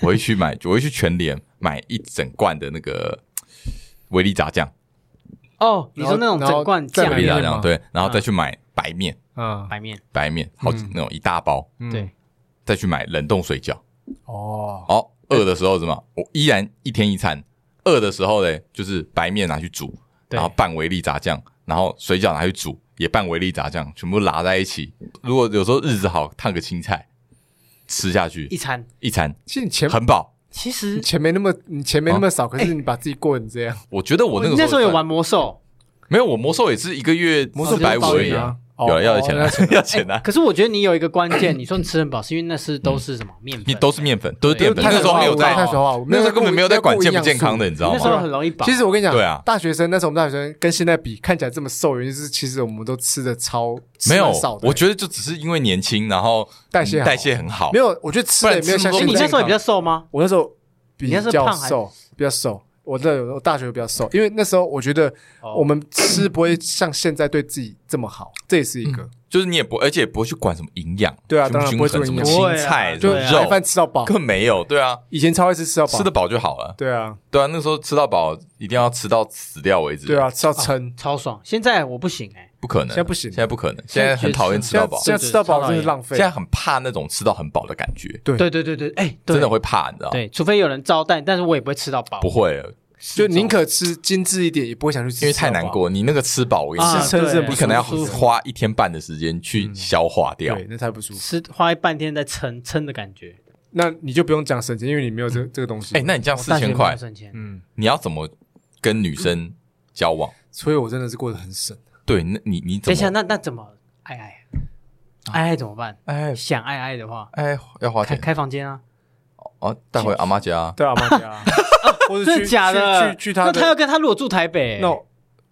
我会去买， 我会去全联买一整罐的那个维力炸酱，
哦，你说那种
然后
整罐
再
酱嗯
买
维
一
力
面
炸
面吗
酱对，然后再去买白面，
嗯，
白面，
白面好几那种一大包，
嗯
对，
再去买冷冻水饺。
哦，
哦，饿的时候是什么？我依然一天一餐。饿的时候嘞，就是白面拿去煮，
对
然后拌维力炸酱，然后水饺拿去煮，也拌维力炸酱，全部拉在一起。如果有时候日子好，烫个青菜吃下去
一，餐。
一餐
其实你钱
很饱。
其实
钱没那么你钱没那么少，
哎
可是你把自己过成这样，
我觉得我
我
那个
哦那时候有
算
玩魔兽，
没有？我魔兽也是一个月
是
四百五
魔兽
而
也
已
是
啊，
哦
有了要钱
哦
了， 要钱啊了。
可是我觉得你有一个关键，你说你吃很饱，是因为那是都是什么面粉？
你都是面粉，都是
对
淀粉。那
碳
个
水
时候
化
没有
合物啊
在
碳，水化合物，
那个时候根本没有在管健不健康
的。
的，你知道
那时候
吗？
很容易饱。
其实我跟你讲，
对啊
大学生那时候我们大学生跟现在比，看起来这么瘦，原因是其实我们都吃的超
没有
吃蛮少，的
我觉得就只是因为年轻，然后
代谢好
代谢很好
没。有，我觉得吃的也没有像
不
哎，
然
现在
你那时候也比
健
较
康，
瘦吗？
我那时候比
你那时候
较
胖还
瘦，比较瘦。我这我大学比较瘦，因为那时候我觉得我们吃不会像现在对自己这么好，这也是一个
就是你也不，而且也不会去管什么营养，
对啊
均不
当然
均
不会
衡，什么
做
营养
青菜、什
不
就
么
会啊
白
肉，
饭吃到饱，
更没有，对啊，
以前超爱吃吃到饱，
吃得饱就好了，
对啊，
对啊，那时候吃到饱一定要吃到死掉为止，
对啊，，吃到撑，
超爽。现在我不行哎，
不可能，
现在不行
现在不可能，现在很讨厌吃
现
到
在
饱，
现在吃到饱
对
真
对
是浪费
现，在很怕那种吃到很饱的感觉，
对
对对对对，哎，对
嗯真的会怕，你知道吗？
对，除非有人招待，但是我也不会吃到饱
不。会了，
就宁可吃精致一点，也不会想去吃，
因为太难，过，你那个吃饱，我跟你
啊
吃撑
对
是不
你可能要
不舒服
花
嗯
一天半的时间去消化掉，
对，那太不舒服。
吃花半天在撑撑的感觉。
那你就不用讲省钱，因为你没有
嗯
这这个东西。
哎、那你这样
我
四
大学
千
没有
块，
省钱，
嗯，
你要怎么跟女生交往？
所以我真的是过得很省。
对，那你你怎
等一下，
么？啊
那那怎么爱爱？爱爱怎么办？
哎
想爱爱的话，
哎，要花
开
钱
开房间啊？
哦，带回阿妈家啊。
对啊，妈 家，或者
真
去
的假的？
去去去他
那他要
的，
跟他如果住台北，
那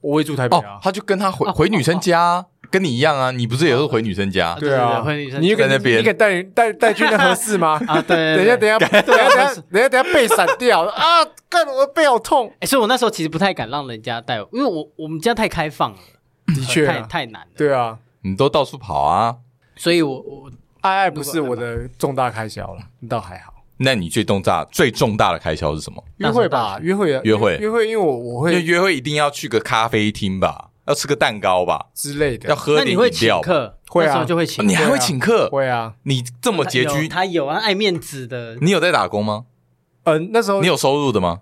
我也住台北
哦
啊，。
他就跟他回
哦
回女生家啊，跟你一样啊，你不是也是回女生家
啊？
对啊
对对对会女，生
你
在那边
你敢带带带去那合适吗？
啊，对
等
对
一下，等一下，
对
等一下，等一下，等一下，等一下被闪掉 啊！干，我的背好痛。
哎、所以我那时候其实不太敢让人家带我，因为我我们家太开放了，呃
的确
太
啊，
太难了。，
对啊，
你都到处跑啊，
所以我我
爱爱不是我的重大开销了，倒还好。
那你最重大最重大的开销是什么？
约会吧，约会啊，
约会
约会，因为我我
因为
会
约会一定要去个咖啡厅吧，要吃个蛋糕吧，
之类
要
的，
喝
那
点
你会
饮
请
料吧。哦
客，
会啊
那时候就会请
你还
对
会
啊
请客？
会啊。
你这么拮据，
他有啊，爱面子的。
你有在打工吗？
嗯，那时候
你有收入的吗？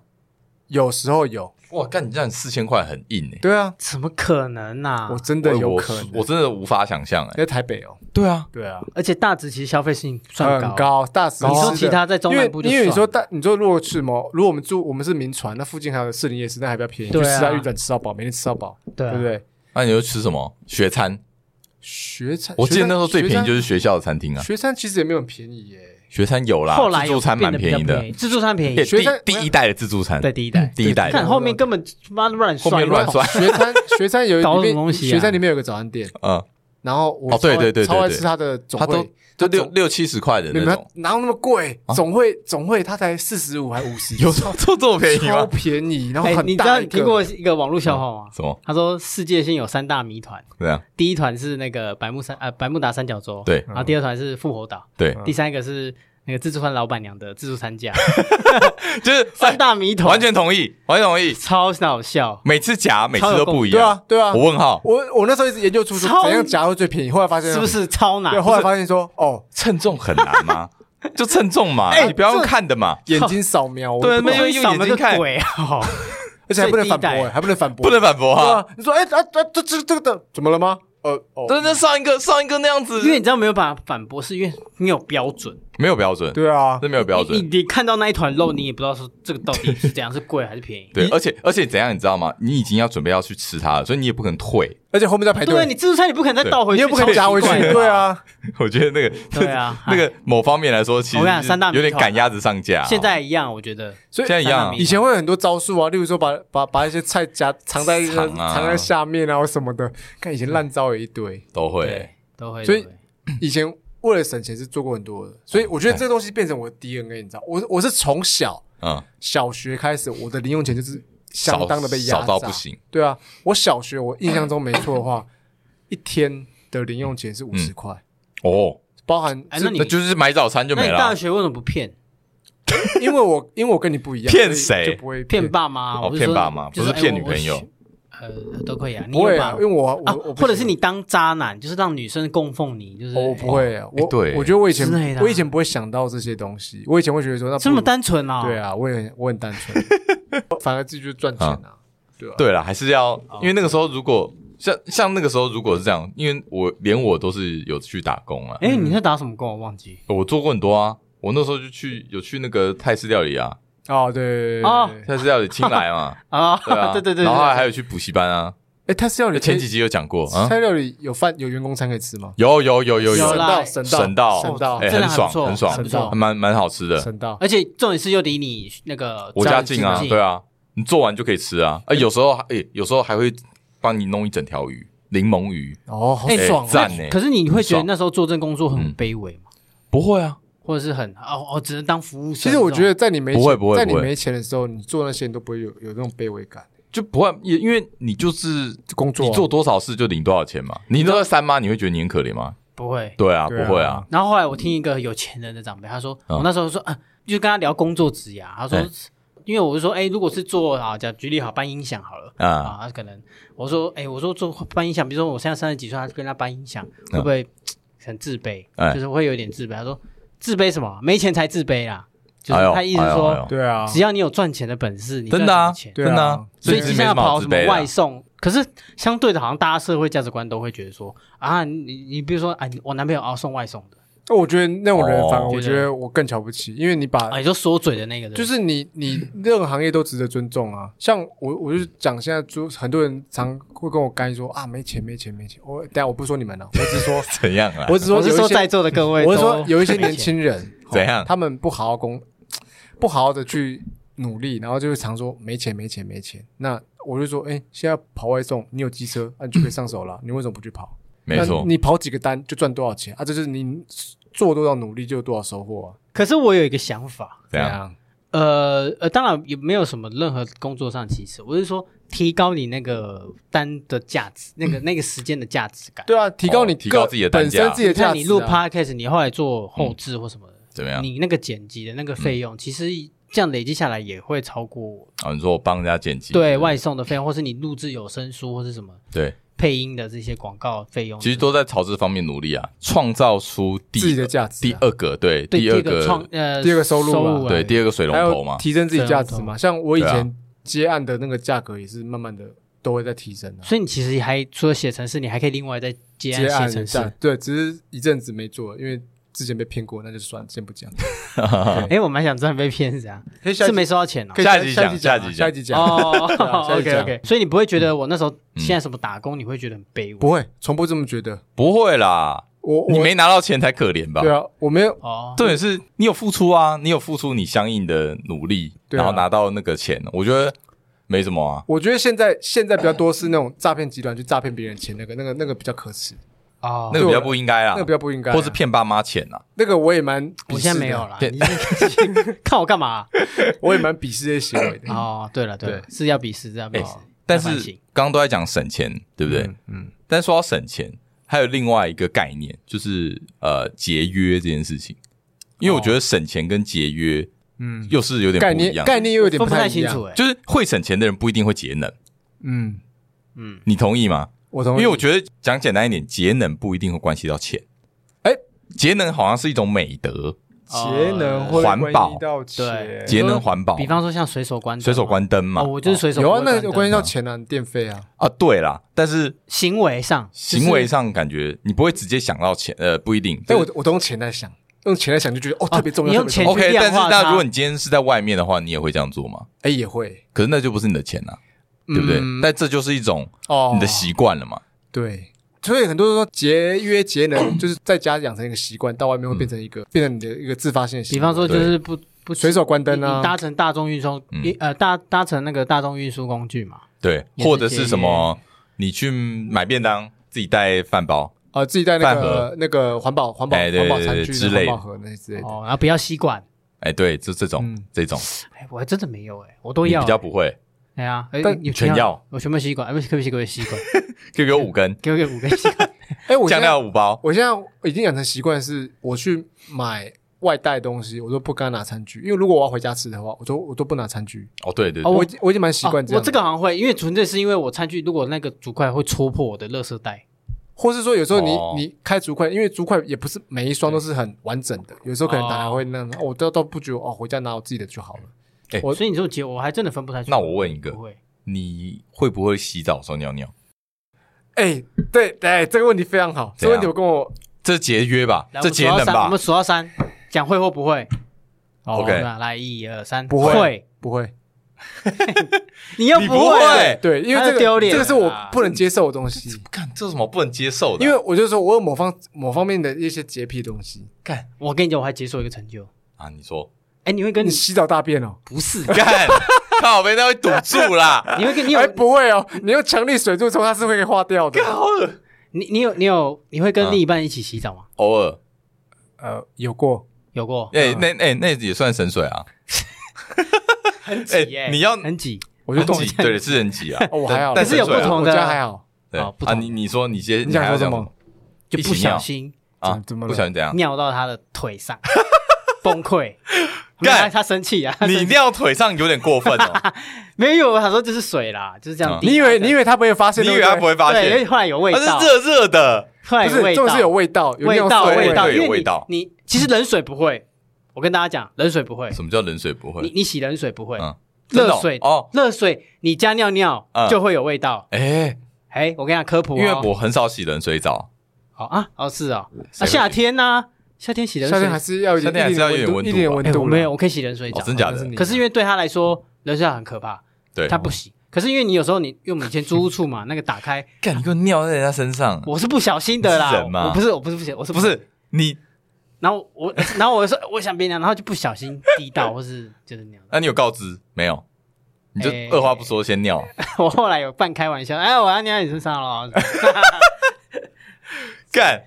有时候有，
哇，干你这样四千块很硬哎、
对啊，
怎么可能啊
我！真的有
我
可能。
我真的无法想象哎、
在台北哦，
对啊，
对啊，
而且大直其实消费性算
很
高，
高，大石
你
吃
说
的
其他在中
因为
南部就
因为你
算
说
了
大，你说如果去什么，如果我们住我们是民传，那附近还有士林夜市，那还比较便宜，
对
去
啊
吃它鱼软吃到饱，每天吃到饱，
对啊
对不对？
那你就吃什么学餐？
学餐，
我记得那时候最便宜就是是学校的餐厅啊，
学餐，其实也没有很便宜耶。
学餐有啦，
后来
自助餐蛮便宜
有变得比较
的，
便自助餐便宜
也，
学餐
第第一代的自助餐，
对第一代。
第一代
看
的，
后面根本妈乱
后
算，
面乱， 算，
学餐学餐有
搞
里
什
面
么东西啊
学餐里面有个早餐店，
嗯，
然后我
哦对
超
对对对
超爱
对
吃它的总
他都
会，
就
它
六
总
六七十块的
你
那
们
种，
哪有那么贵？总会总会它才四十五还五十，
啊有这么这么便宜
超
吗？
便宜，然后
哎，
很
你知
大
道
一
你
个
听过一个网络笑话吗？
什么？
他说世界性有三大谜团，
对啊，
第一团是那个百慕三呃百慕达三角洲，
对嗯
然后第二团是复活岛，
对，
第三个是那个自助餐老板娘的自 助餐架，
就是
三大谜团，
哎完全同意，完全同意，
超好笑，
每次夹每次都不一
对
样
啊，对啊
我，问号，
我我那时候一直研究出说
超
怎样夹会最便宜，后来发现
是不是超难
对，？后来发现说 哦，
称重很难吗？就称重嘛，
哎
你不要用
这
看的嘛，
眼睛扫描，我
对
不懂
没有用眼睛看
鬼啊！
而且还不能反驳，
最低代
哎还不能反驳，
不能反驳
对
啊。
啊！你说哎啊啊，这这这个的怎么了吗？呃哦，
但是上一个上一个那样子
因，为你知道没有办法反驳，是因为没有标准，
没有标准，
对啊，
这没有标
你
准。
你看到那一团肉，你也不知道说这个到底是怎样是贵还是便宜。
对，而且而且怎样，你知道吗？你已经要准备要去吃它了，所以你也不可能退。
而且后面在排
对啊，你
队，
自助餐你不可能再倒回去，
哎你也不可能夹回去
超奇怪，的
对。啊，
我觉得那个
对啊
那个某方面来说，其实
我跟你讲三大
有点
谜团
赶鸭子上架哦。
现在一样，我觉得
所
现在
以
一样啊
三大，
以前会有很多招数啊，例如说把把把一些菜夹藏在
藏啊
藏在下面啊或什么的，看以前烂招有一堆，
都会
对。都会。
所以
都会
以前为了省钱是做过很多的，所以我觉得这个东西变成我的 DNA，你知道，我我是从小
嗯，
小学开始，我的零用钱就是相
少
当的被压
少到
榨
不行。
对啊，我小学我印象中没错的话，一天的零用钱是五十块，
哦，
包含
哎
是
那你
那就是买早餐就
那
没
你
了
大
啊。
学为什么不骗
因为我因为我跟你不一样，
骗
所以
谁
就不会
骗？爸妈？
哦
我是
骗
说
爸妈
就是
不是骗
哎我
女朋友
我呃，都可以啊。你
不会
有
啊
吧，
因为我我
啊
我，不
或者是
喜
你当渣男，就是让女生供奉你，就是
欢我不会啊，我
哦哎对
我觉得我以前
之类的啊
我以前不会想到这些东西，我以前会觉得说那不
这
如
么单纯啊。
对，啊，我也很我很单纯， 反而自己就赚钱啊，对啊，
对了，还是要，
哦
因为那个时候如果像像那个时候如果是这样，因为我连我都是有去打工啊，
哎，你在打什么工？我忘记。
我做过很多啊。我那时候就去有去那个泰式料理啊，
哦对
哦
对对
泰式料理青来嘛，
啊，
对啊，
对对对，
然后
对
还有去补习班啊，
哎，泰式料理
前几集有讲过啊，
泰料理有饭有员工餐可以吃吗？
有有有有
有
省
啦
道省道
省道
省道
哎，
真的
很
还
爽
不错
很爽
还不
爽
错
还。蛮蛮好吃的，
省道，
而且重点是又离你那个
我家近啊，
近
对啊，你做完就可以吃啊，哎，有时候哎，有时候还会帮你弄一整条鱼，柠檬鱼，
哦好
哎
爽
哎
啊，
赞呢，
可是你会觉得
很爽
那时候做这工作很
嗯
卑微吗？
不会啊，
或者是很哦哦，只能当服务生
其
这种？
实我觉得，在你没
不
钱，
会不会
在你
不会
没钱的时候，你做那些你都不会有有那种卑微感。
就不会，也因为你就是
工作啊
你做多少事就领多少钱嘛。你都在三妈，你会觉得你很可怜吗？
不会。
对啊，
对啊
不会啊。
然后后来我听一个有钱人的长辈，他说，
嗯
我那时候说，啊，就跟他聊工作职涯，他说
哎，
因为我就说，哎，如果是做啊，讲举例好搬音响好了。
啊，
啊，他可能我说，哎、我说做搬音响，比如说我现在三十几岁，他跟他搬音响，会不会嘖很自卑？
嗯哎
就是会有点自卑。他说自卑什么？没钱才自卑啦。就是
哎呦
他意思
哎呦
说，
哎呦
对啊
只要你有赚钱的本事，你
真的啊，
赚什么钱
真的啊，
所以
其
接
实没
下来
什么好
跑
自
什
卑
么
的
外
啊。
送，可是相对的，好像大家社会价值观都会觉得说啊，你你比如说，哎，我男朋友啊送外送的，
那我觉得那种人
哦
反而我
觉
觉
得
得我更瞧不起，因为你把
啊，你说缩嘴的那个，对不对
就是你你任何行业都值得尊重啊。像我，我就讲现在租，很多人常会跟我干说啊，没钱，没钱，没钱。我等一下我不说你们了，我 只说，
怎样啊？
我只说
我是
有一
说
些
在，座的各位，
我是说有一些年，轻人
怎样
他们不好好工，不好好的去努力，然后就会常说没钱，没钱，没钱。那我就说，哎，现在跑外送，你有机车，啊那、你就可以上手了，你为什么不去跑？
没
那
错，
你跑几个单就赚多少钱啊？这就是你做多少努力就有多少收获啊。
可是我有一个想法，
怎样？
呃呃，当然也没有什么任何工作上的歧视，我是说提高你那个单的价值，那个那个时间的价值感。
对啊，提高你
哦
个、
提高自己的单
本
价
身自己的价值、啊。嗯
像你录 podcast，你后来做后置或什么的，
怎么样？
你那个剪辑的那个费用，其实这样累积下来也会超过
啊，你说我帮人家剪辑，
对外送的费用，或是你录制有声书或是什么
对，
配音的这些广告费用。
其实都在朝这方面努力啊，创造出第
自己的价值啊
第二个对
对
第二
个创呃
第二个收入啊
啊
对第二个水龙
还
头
有
嘛，
提升自己价值
对
嘛？像我以
对啊
前接案的那个价格也是慢慢的都会在提升啊。
所以你其实还除了写程式，你还可以另外再接
接
案
案
写
的
程
价
式。
对，只是一阵子没做，因为之前被骗过，那就算了，先不讲。
哎，我蛮想知道你被骗是怎样，
可以下
是没
集
收到钱哦
可。以
下
下
集讲
下讲
下
啊，
集
下
讲
一集讲啊，
哦
对 啊下一集
，OK
讲
OK，所以你不会觉得我那时候现在什么打工，你会觉得很卑微
不会，从不这么觉得。
不会啦，
我我
你没拿到钱才可怜吧？
对啊，我没有
哦。
重点是你有付出啊，你有付出你相应的努力，
对啊
然后拿到那个钱，我觉得没什么啊。
我觉得现在现在比较多是那种诈骗集团去诈骗别人钱，那个那个那个比较可耻，
哦
那个比较不应该啦，
那个比较不应该啊。
或是骗爸妈钱啊，
那个我也蛮，
我现在没有，啦，
对
你看我干 嘛？
我也蛮鄙视这些行为的。
啊
哦，对了对了，是要比试，是要比
哎
试，
但
要
是
反省
刚刚都在讲省钱，对不对？
嗯嗯，
但说到省钱，还有另外一个概念，就是呃节约这件事情，因为我觉得省钱跟节约，嗯，又是有点
概
不一
念
样。
哦概念又有点啊
分不
太
太
一
清
样
楚。哎，
就是会省钱的人不一定会节能，
嗯，
你同意吗？
我同
因
意，
为我觉得讲简单一点，节能不一定会关系到钱。
哎
节能好像是一种美德，
节能会
环
关
保
系到
哦对
钱，
节能环保，
比方说像随手关灯嘛，
随手关灯嘛。
哦，我就是随手
有啊，
不会
那有
关灯
关系到钱啊，电费啊，
啊，对啦，但是
行为上，
行为上感觉你不会直接想到钱，呃，不一定。但
但我我都用钱来想，用钱来想就觉得哦特别重要，
你用
特别重要
钱
OK，
去量
但是
化
那
它
如果你今天是在外面的话，你也会这样做吗？
哎也会，
可是那就不是你的钱啊，对不对？
嗯
但这就是一种
哦，
你的习惯了嘛。
对。所以很多人说节约节能，就是在家养成一个习惯，到外面会变成一个变成你的一个自发性的习
比
惯。
方说就是不不
随手关灯
你
啊
你，搭乘大众运输
嗯，
一呃搭搭乘那个大众运输工具嘛，
对，
也是
或者是什么，你去买便当，自己带饭包，
啊，自己带那
饭盒
个那个环保环保
哎对
环保
对
餐
对
具
之
那
类
环
的
保盒那些之类的。
哦，然后不要吸管，
哎，对，就这种
嗯
这种，
哎，我还真的没有哎，我都
你
要
比
哎，
较不会，
哎呀，哎
但
你
全
你
要，
我全部吸管，哎不是，可不可以给我吸管？
就给我五根，
给我给我五根吸管，
哎，我现
酱
在
料五包，
我现在已经养成习惯，是我去买外带东西，我都不敢拿餐具，因为如果我要回家吃的话，我都我都不拿餐具。
哦，对对
哦
对，
我已经我已经蛮 习惯
哦
这
我
样、
这个，好像会，因为纯粹是因为我餐具如果那个竹筷会戳破我的垃圾袋，
或是说有时候你、
哦
你开竹筷，因为竹筷也不是每一双都是很完整的，有时候可能打开会那样，我都都不觉得哦，回家拿我自己的就好了。我
所以你说姐，我还真的分不太清。
那我问一个
不会，
你会不会洗澡的时候尿尿？
哎，对，哎，这个问题非常好，
怎样
这个问题我跟我
这节约吧
来，
这
我们数
节
到
能
三，我
吧
们？数到三，讲会或不会。
哦
OK
好来一二三，
不会不会，
你又
你不
不
会
对，因为
那
这
就
个
丢脸
这个是我
了
不能接受的东西，
看啊这有什么不能接受的啊？
因为我就说我有某方某方面的一些洁癖的东西，
干
我跟你讲，我还解锁一个成就。
啊，你说？
哎，你会跟
你
你
洗澡大便哦。
不是
干，靠背那会堵住啦，
你会跟你有
哎，不会哦，你用强力水柱冲它是会化掉的。
啊
你你有你有你会跟另一半一起洗澡吗？
偶
啊
尔，
呃，有过，
有过？
哎，那哎那也算省水啊，
很
哎你要
很挤
我就动
很挤对，是很挤啊，
哦，我还好，
但
可是有不
省水啊
同
我
的
家
啊
还好。
对
哦不
啊，
同
你你说你先，
你想
还要
说
讲
什么？
就
一
不
起尿
小心
啊？
怎怎么了
不小心怎样？
尿到他的 腿上，崩溃。没有
干
他他生气啊！他生
你
气
尿腿上有点过分哦，
没有？我想说就是水啦，就是这
啊
样滴。
你以为你以为他不会发现？
你以为他
对
不
不
会发
对，因为
现？
后来有味
它
道
是，热热的，
后来
对？不
有
是，
味
重点
道
是有味道，有
味
尿
道
水
味
味道，
对
因为
有味
你
道
你其实冷水不会，我跟大家讲，冷水不会。
什么叫冷水不
你
会？
你洗冷水不会，
嗯，真的
热
哦
水
哦，
热水你加尿尿
嗯
就会有味道。
哎，
哎，我跟你讲科普哦，
因为我很少洗冷水澡，
好啊，哦是哦，啊
谁会
夏天呢，夏天洗冷
夏
水
天还是要有一
夏天还
点
是要有点
一
温度
点
吧
温
哎
度啦。
我没有，哎我可以洗冷水澡
哦，。真假
那是
的？
你
可是因为对他来说，冷水澡很可怕，
对，
他不洗。可是因为你有时候你，因为我们以前租 屋处嘛，那个打开，
干，你给我尿在人家身上，
我是不小心的啦，
你是人吗
我不是，我不是不小，我是
不是你？
然后我， 然后我就说我想冰凉，然后就不小心滴 到，或是就是那样。
那你有告知没有？你就
哎
二话不说先尿，
我后来有半开玩笑，哎，我要尿你身上了。
干。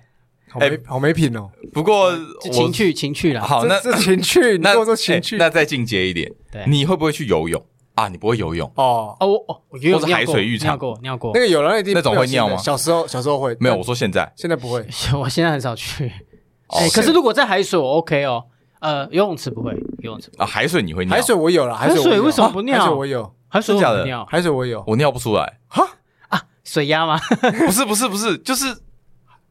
好没
哎
好没品哦。
不过
就
我
情趣情趣啦，
好，
这
那
这情趣，你
那
跟我说情趣
哎那再进阶一点，
对。
你会不会去游泳啊？你不会游泳，
哦，
哦，我哦，我游泳
或是
尿
海
过
水浴场
尿过尿过
那，个有人一定
那种会
不小心的
尿吗
小时候小时候会，
没有？
但
我说现在，
现在不会。
我现在很少去。
哦
哎，可是如果在海水，我 OK 哦。呃，游泳池不会，游泳池不会
啊，海水你会尿？
海水我有了，海
海水
我有
为什么不尿哦
海水我有，
海水
真
我
假的
不尿，
海水我有。
我尿不出来，
水压吗？
不是不是不是，就是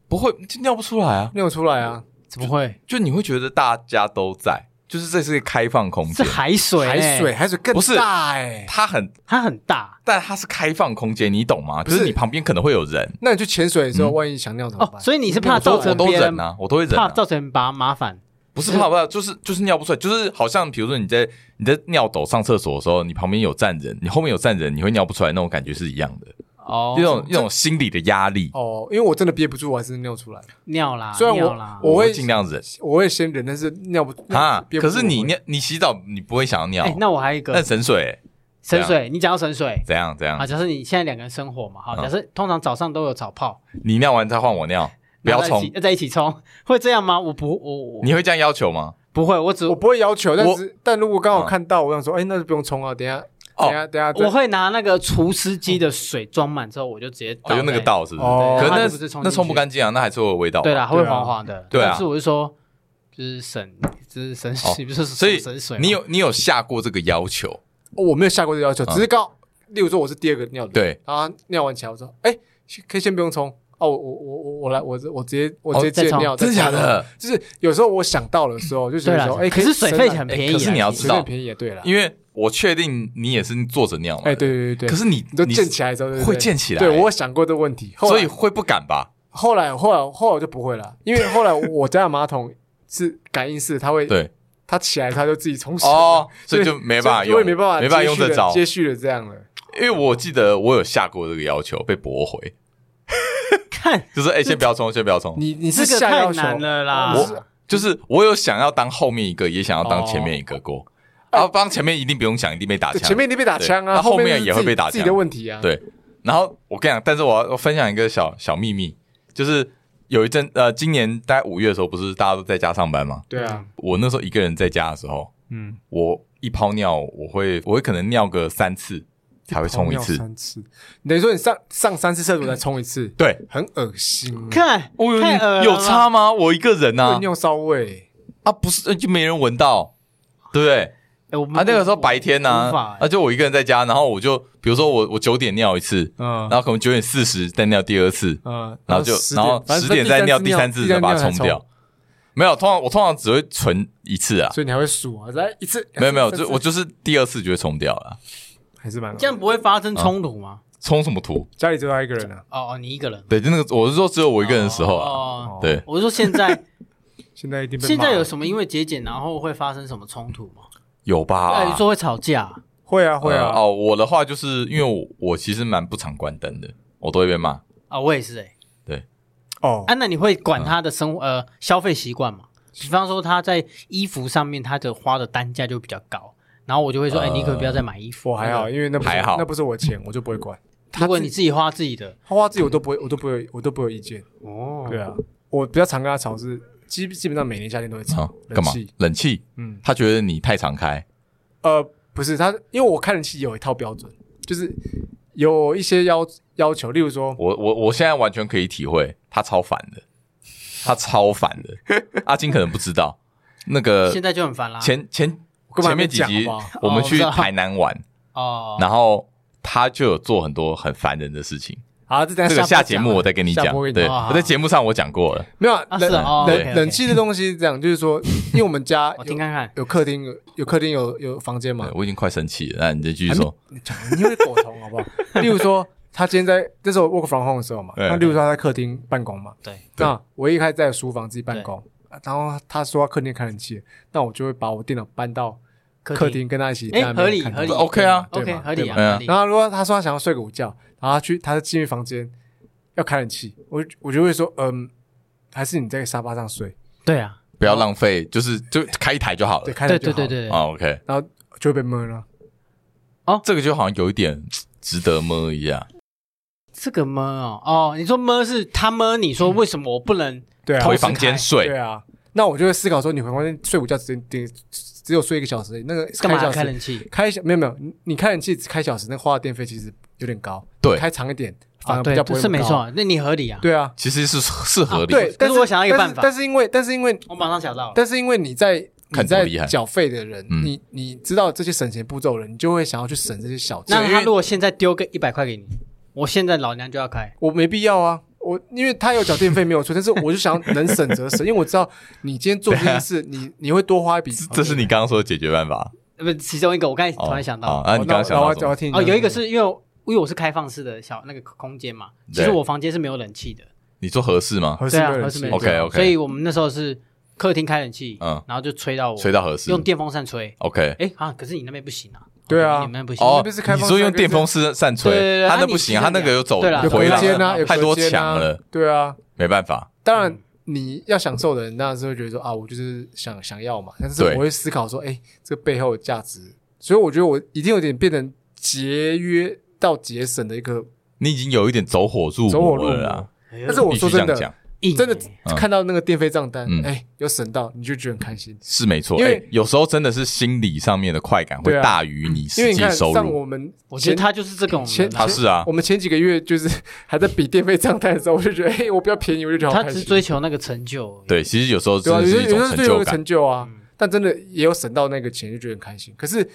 不会就尿不出来啊，
尿出来啊！
怎么会？
就你会觉得大家都在，就是这是一个开放空
是
间，
海水欸，
海水海水更
不是
大哎，
它很，
它很大
但它是开放空间，你懂吗？就
不
是
是
你旁边可能会有人，
那你去潜水的
嗯
时候，万一想尿怎么
哦，
办？
所以你是怕
我都
造
我
成
都
别人
忍啊，我都会忍、
怕
啊，
造成麻麻烦，
不是怕不怕，就是就是尿不出来，就是好像比如说你在你在尿斗上厕所的时候，你旁边有站人，你后面有站人，你会尿不出来那种感觉是一样的，
哦
一，种一种心理的压力，
哦，因为我真的憋不住，我还是尿出来。
尿啦，
虽然我
尿啦，
我会
尽量忍
我会先忍，但是尿不
啊。
憋不
可
住
是你
我会
尿你洗澡你不会想要尿，
哎，那我还有一
那
个
神水、欸
神水，你讲到神水
怎样怎样
啊，？假设你现在两个人生活嘛，好，
嗯
假设通常早上都有早泡，
你尿完再换我尿，不要
然后在一
冲
起，在一起冲， 会这样吗？我不，我我
你会这样要求吗？
不会，我只
我不会要求，但是但如果刚好
嗯
看到，我想说，哎，那就不用冲啊，等一下
哦
等一下等一下再
我会拿那个除湿机的水装满之后，我就直接倒
哦，用那个
在。
倒是不是？
哦
可
它
就不
是
是
那
冲
那
进
冲不
去
干净啊，那还是会有味道吧。
对啦，它会
对啊
黄黄的。
对啊
但是我是说，就是省，就是省
哦
水，不是
所以
省水嘛。
你有你有下过这个要求？
哦我没有下过这个要求，只是刚，例如说我是第二个尿的，
嗯对，
然后他尿完起来，我说，哎，可以先不用冲哦，我我我我我来，我我直接我
哦
直接直接
再冲
尿，
真的
再
假
冲？
的？
就是有时候我想到的时 候，我就觉
对
得
啦
说，，哎，
可
以
是水费
省
很
啊
便宜
可
啊。
是你要
其
知
实
水
道
费很便宜啊，对啦，
因为我确定你也是坐着尿嘛。
哎，对。对对对，
可是你
你就
你
溅起来之后对对对
会溅起来，
对我有想过这个问题，后
所
来
以会不敢吧？
后来后来后来我就不会了，因为后来我家的马桶是感应式，它会
对
它起来它就自己冲洗
哦， 所
所以
以就没办法
所以
用，
我也没办法
没办法
接
用
续
这
的
招。
接续的这样了。
因为我记得我有下过这个要求，被驳回，
看
就是哎，先不要冲，先不要冲。
你你是
这个
下
太
要求
难了啦。
我是
就是我有想要当后面一个，也想要当前面一个过。 然后帮前面一定不用想，一定被打
对
枪。
前面你被打枪
对
啊，
那后面
面是
也会
自己
被打枪
自己的问题啊。
对，然后我跟你讲，但是我要我分享一个小小秘密，就是有一阵呃，今年大概五月的时候，不是大家都在家上班吗？
对啊，
嗯
我那时候一个人在家的时候，
嗯，
我一泡尿，我会我会可能尿个三次才会冲一
尿
次。
三次，你等于说你上上三次厕所才冲一次，
对，
很恶心。
看，
我哦有
太恶了
有差吗？我一个人
会
啊
尿骚味，
啊，不是呃就没人闻到，对不对？
哎我
啊，那个时候白天呢、
无法
啊，
哎
就我一个人在家，然后我就比如说我我九点尿一次，
嗯
然后可能九点四十再尿第二次，
嗯，
然后就
10
然后
反
十
正
点再尿第三
三
次再把它冲掉。。没有，通常我通常只会存一次啊，
所以你还会数啊？再一次
没有没有，
两次
就
三次
我就是第二次就会冲掉了，
还是蛮
这样不会发
嗯
生冲突吗？
冲什么图？
家里只有他一个人啊。
哦哦，你一个人，
对，就那个我是说只有我一个人的时候啊，
哦，
哦
对，
我是说现 在
现在一定被骂
现在有什么因为节俭然后会发生什么冲突吗？
有吧？
哎，说会吵架，
会啊会
呃
啊，
哦，我的话就是因为我我其实蛮不常关灯的，我都会被骂。
啊，我也是哎、欸。
哦
啊，那你会管他的生活、呃消费习惯吗？比方说他在衣服上面，他的花的单价就比较高，然后我就会说，哎、
呃
你可不要再买衣服。
我还好，
那个，
因为那不是
还好
那不是我钱，我就不会管。
如果你自己花自己的，
他花自己我都不会，我都不会，我都不会有意见。
哦
对，啊，我比较常跟他吵是，基基本上每年夏天都会吵
啊，干嘛
哦冷气？
冷气？
嗯，
他觉得你太常开，
呃，不是他，因为我看人气有一套标准，就是有一些要要求，例如说，
我我我现在完全可以体会，他超烦的，他超烦的。 阿金可能不知道，那个
现在就很烦啦。
前前
啊我干
前
嘛还没
面几
讲
集
好不好
我们去
哦我知道
台南玩，
哦，
然后他就有做很多很烦人的事情。
啊，这等
这
下
个下
播
节
讲
目我再跟你
下
讲
播跟，你
对，
讲哦
我在节目上我讲过了。
没有啊
啊
冷
是哦
冷
OK，OK
冷气的东西是这样，就是说，因为我们家
我
有
听看看。
有客厅有有客厅有有房间嘛
对，我已经快生气了，那你就继续说。
你讲你会苟同好不好？例如说，他今天在那时候 work from home 的时候嘛，
对
那例如说他在客厅办公嘛，
对，
那我一开始在书房自己办公，然后他说他客厅看得见，那我就会把我电脑搬到客
客
厅
厅
跟他一起
哎
在那边
合理
看
合理
对吧
OK 啊
对
OK
吧
合理啊，
对吧
合理
然后如果他说他想要睡个午觉，然后他去他就进去房间要开冷气，我就我就会说，嗯，还是你在沙发上睡，
对啊，
不要浪费，就是就开一台就好
对，
了。
开
对
冷就
对
好
对，对对，
啊，OK，
然后就会被闷了。
这个就好像有一点值得摸一下。
这个么哦哦，你说么是他么？你说为什么我不能？
对啊
同
回
时，
房间
对
睡，
啊。那我就会思考说，你回房间睡午觉只只只有睡一个小时而已，那个开
干嘛
小
开
时
冷气？
开小没有没有，你你开冷气只开小时，那花的电费其实有点高。
对
开长一点反
啊，
而比
对
较，不
这
会
是
那么
没
高
错。啊，那你合理啊。，
对啊，
其实是是合理。
对。但
可是我想到一个办法
但是但是因为但是因为
我马上想到了。
但是因为你在
看
你
多
在
厉害
缴费的人，
嗯
你你知道这些省钱步骤的人，你就会想要去省这些小钱。
那
因
他
为
如果现在丢个一百块给你，我现在老娘就要开。
我没必要啊，我因为他有缴电费没有 错，但是我就想能省则省，因为我知道你今天做这 件事，你你会多花一笔。
这是你刚刚说的解决办法。
呃不，其中一个我刚才
哦
突然想
哦
到，
啊，你刚刚想到
我
什
我要
么？
听你
哦，有一个
讲
是因为我因为我是开放式的小那个空间嘛，其实
对
我房间是没有冷气的，
你说合适吗？
合适
对啊，
没有
合
人
适
气
没
OK，OK
所以我们那时候是客厅开冷气，
嗯
然后就吹到我，
吹到合适
用电风扇吹，
，OK。
哎啊，可是你那边不行啊，
对啊
你们那边不行，
哦，
那边是开放
你说用
式的
电风扇扇
对对对
吹，
对
他
啊
那
你
不行啊，
其
他
实
那个有走
对啦
有
回
空
廊
间
了，
啊，有
太多
空间啊
墙了
对啊，
没办法。
当然。你要享受的人，那是会觉得说啊，我就是想想要嘛。但是
对
我会思考说，哎、这背后的价值。所以我觉得我一定有点变成节约到节省的一个
你已经有一点走火入
走火入
魔了
魔
啦。。
哎呦
但是我
必须
说
这样
真的，
讲
硬欸
真的
嗯
看到那个电费账单，
嗯
哎、有省到，你就觉得很开心。
是没错，
因为
哎有时候真的是心理上面的快感会
对啊
大于你
因
实
为你
际
看，
收
像
入。
我们，
我觉得他就是这种
前
人啊，
他是啊
我，们前几个月就是还在比电费账单的时候，我就觉得，哎，我比较便宜，我就觉得好
他
开
只
心。
追求那个成就，
对，其实有时候
对
真
啊，
的
有
是
些
一
有
种
些是
成
追求一
就
个
感
成。就啊，但真的也有省到那个钱，就觉得很开心。可是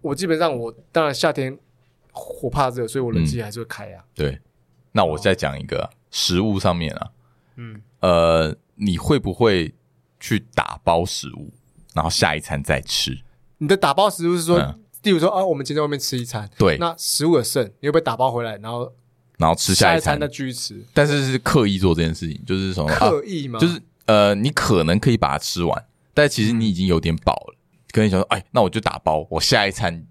我基本上我当然夏天我怕热，所以我冷气还是会开啊。
对，那我再讲一个啊食物上面啊，
嗯，
呃，你会不会去打包食物，然后下一餐再吃？
你的打包食物是说
嗯，
例如说啊，我们今天在外面吃一餐，
对，
那食物的剩，你会不会打包回来，然后
然后吃
下
一
餐
餐
再，继续吃？
但是是刻意做这件事情，就是什么啊，
刻意吗？
就是呃，你可能可以把它吃完，但其实你已经有点饱了，可能想说，哎，那我就打包，我下一餐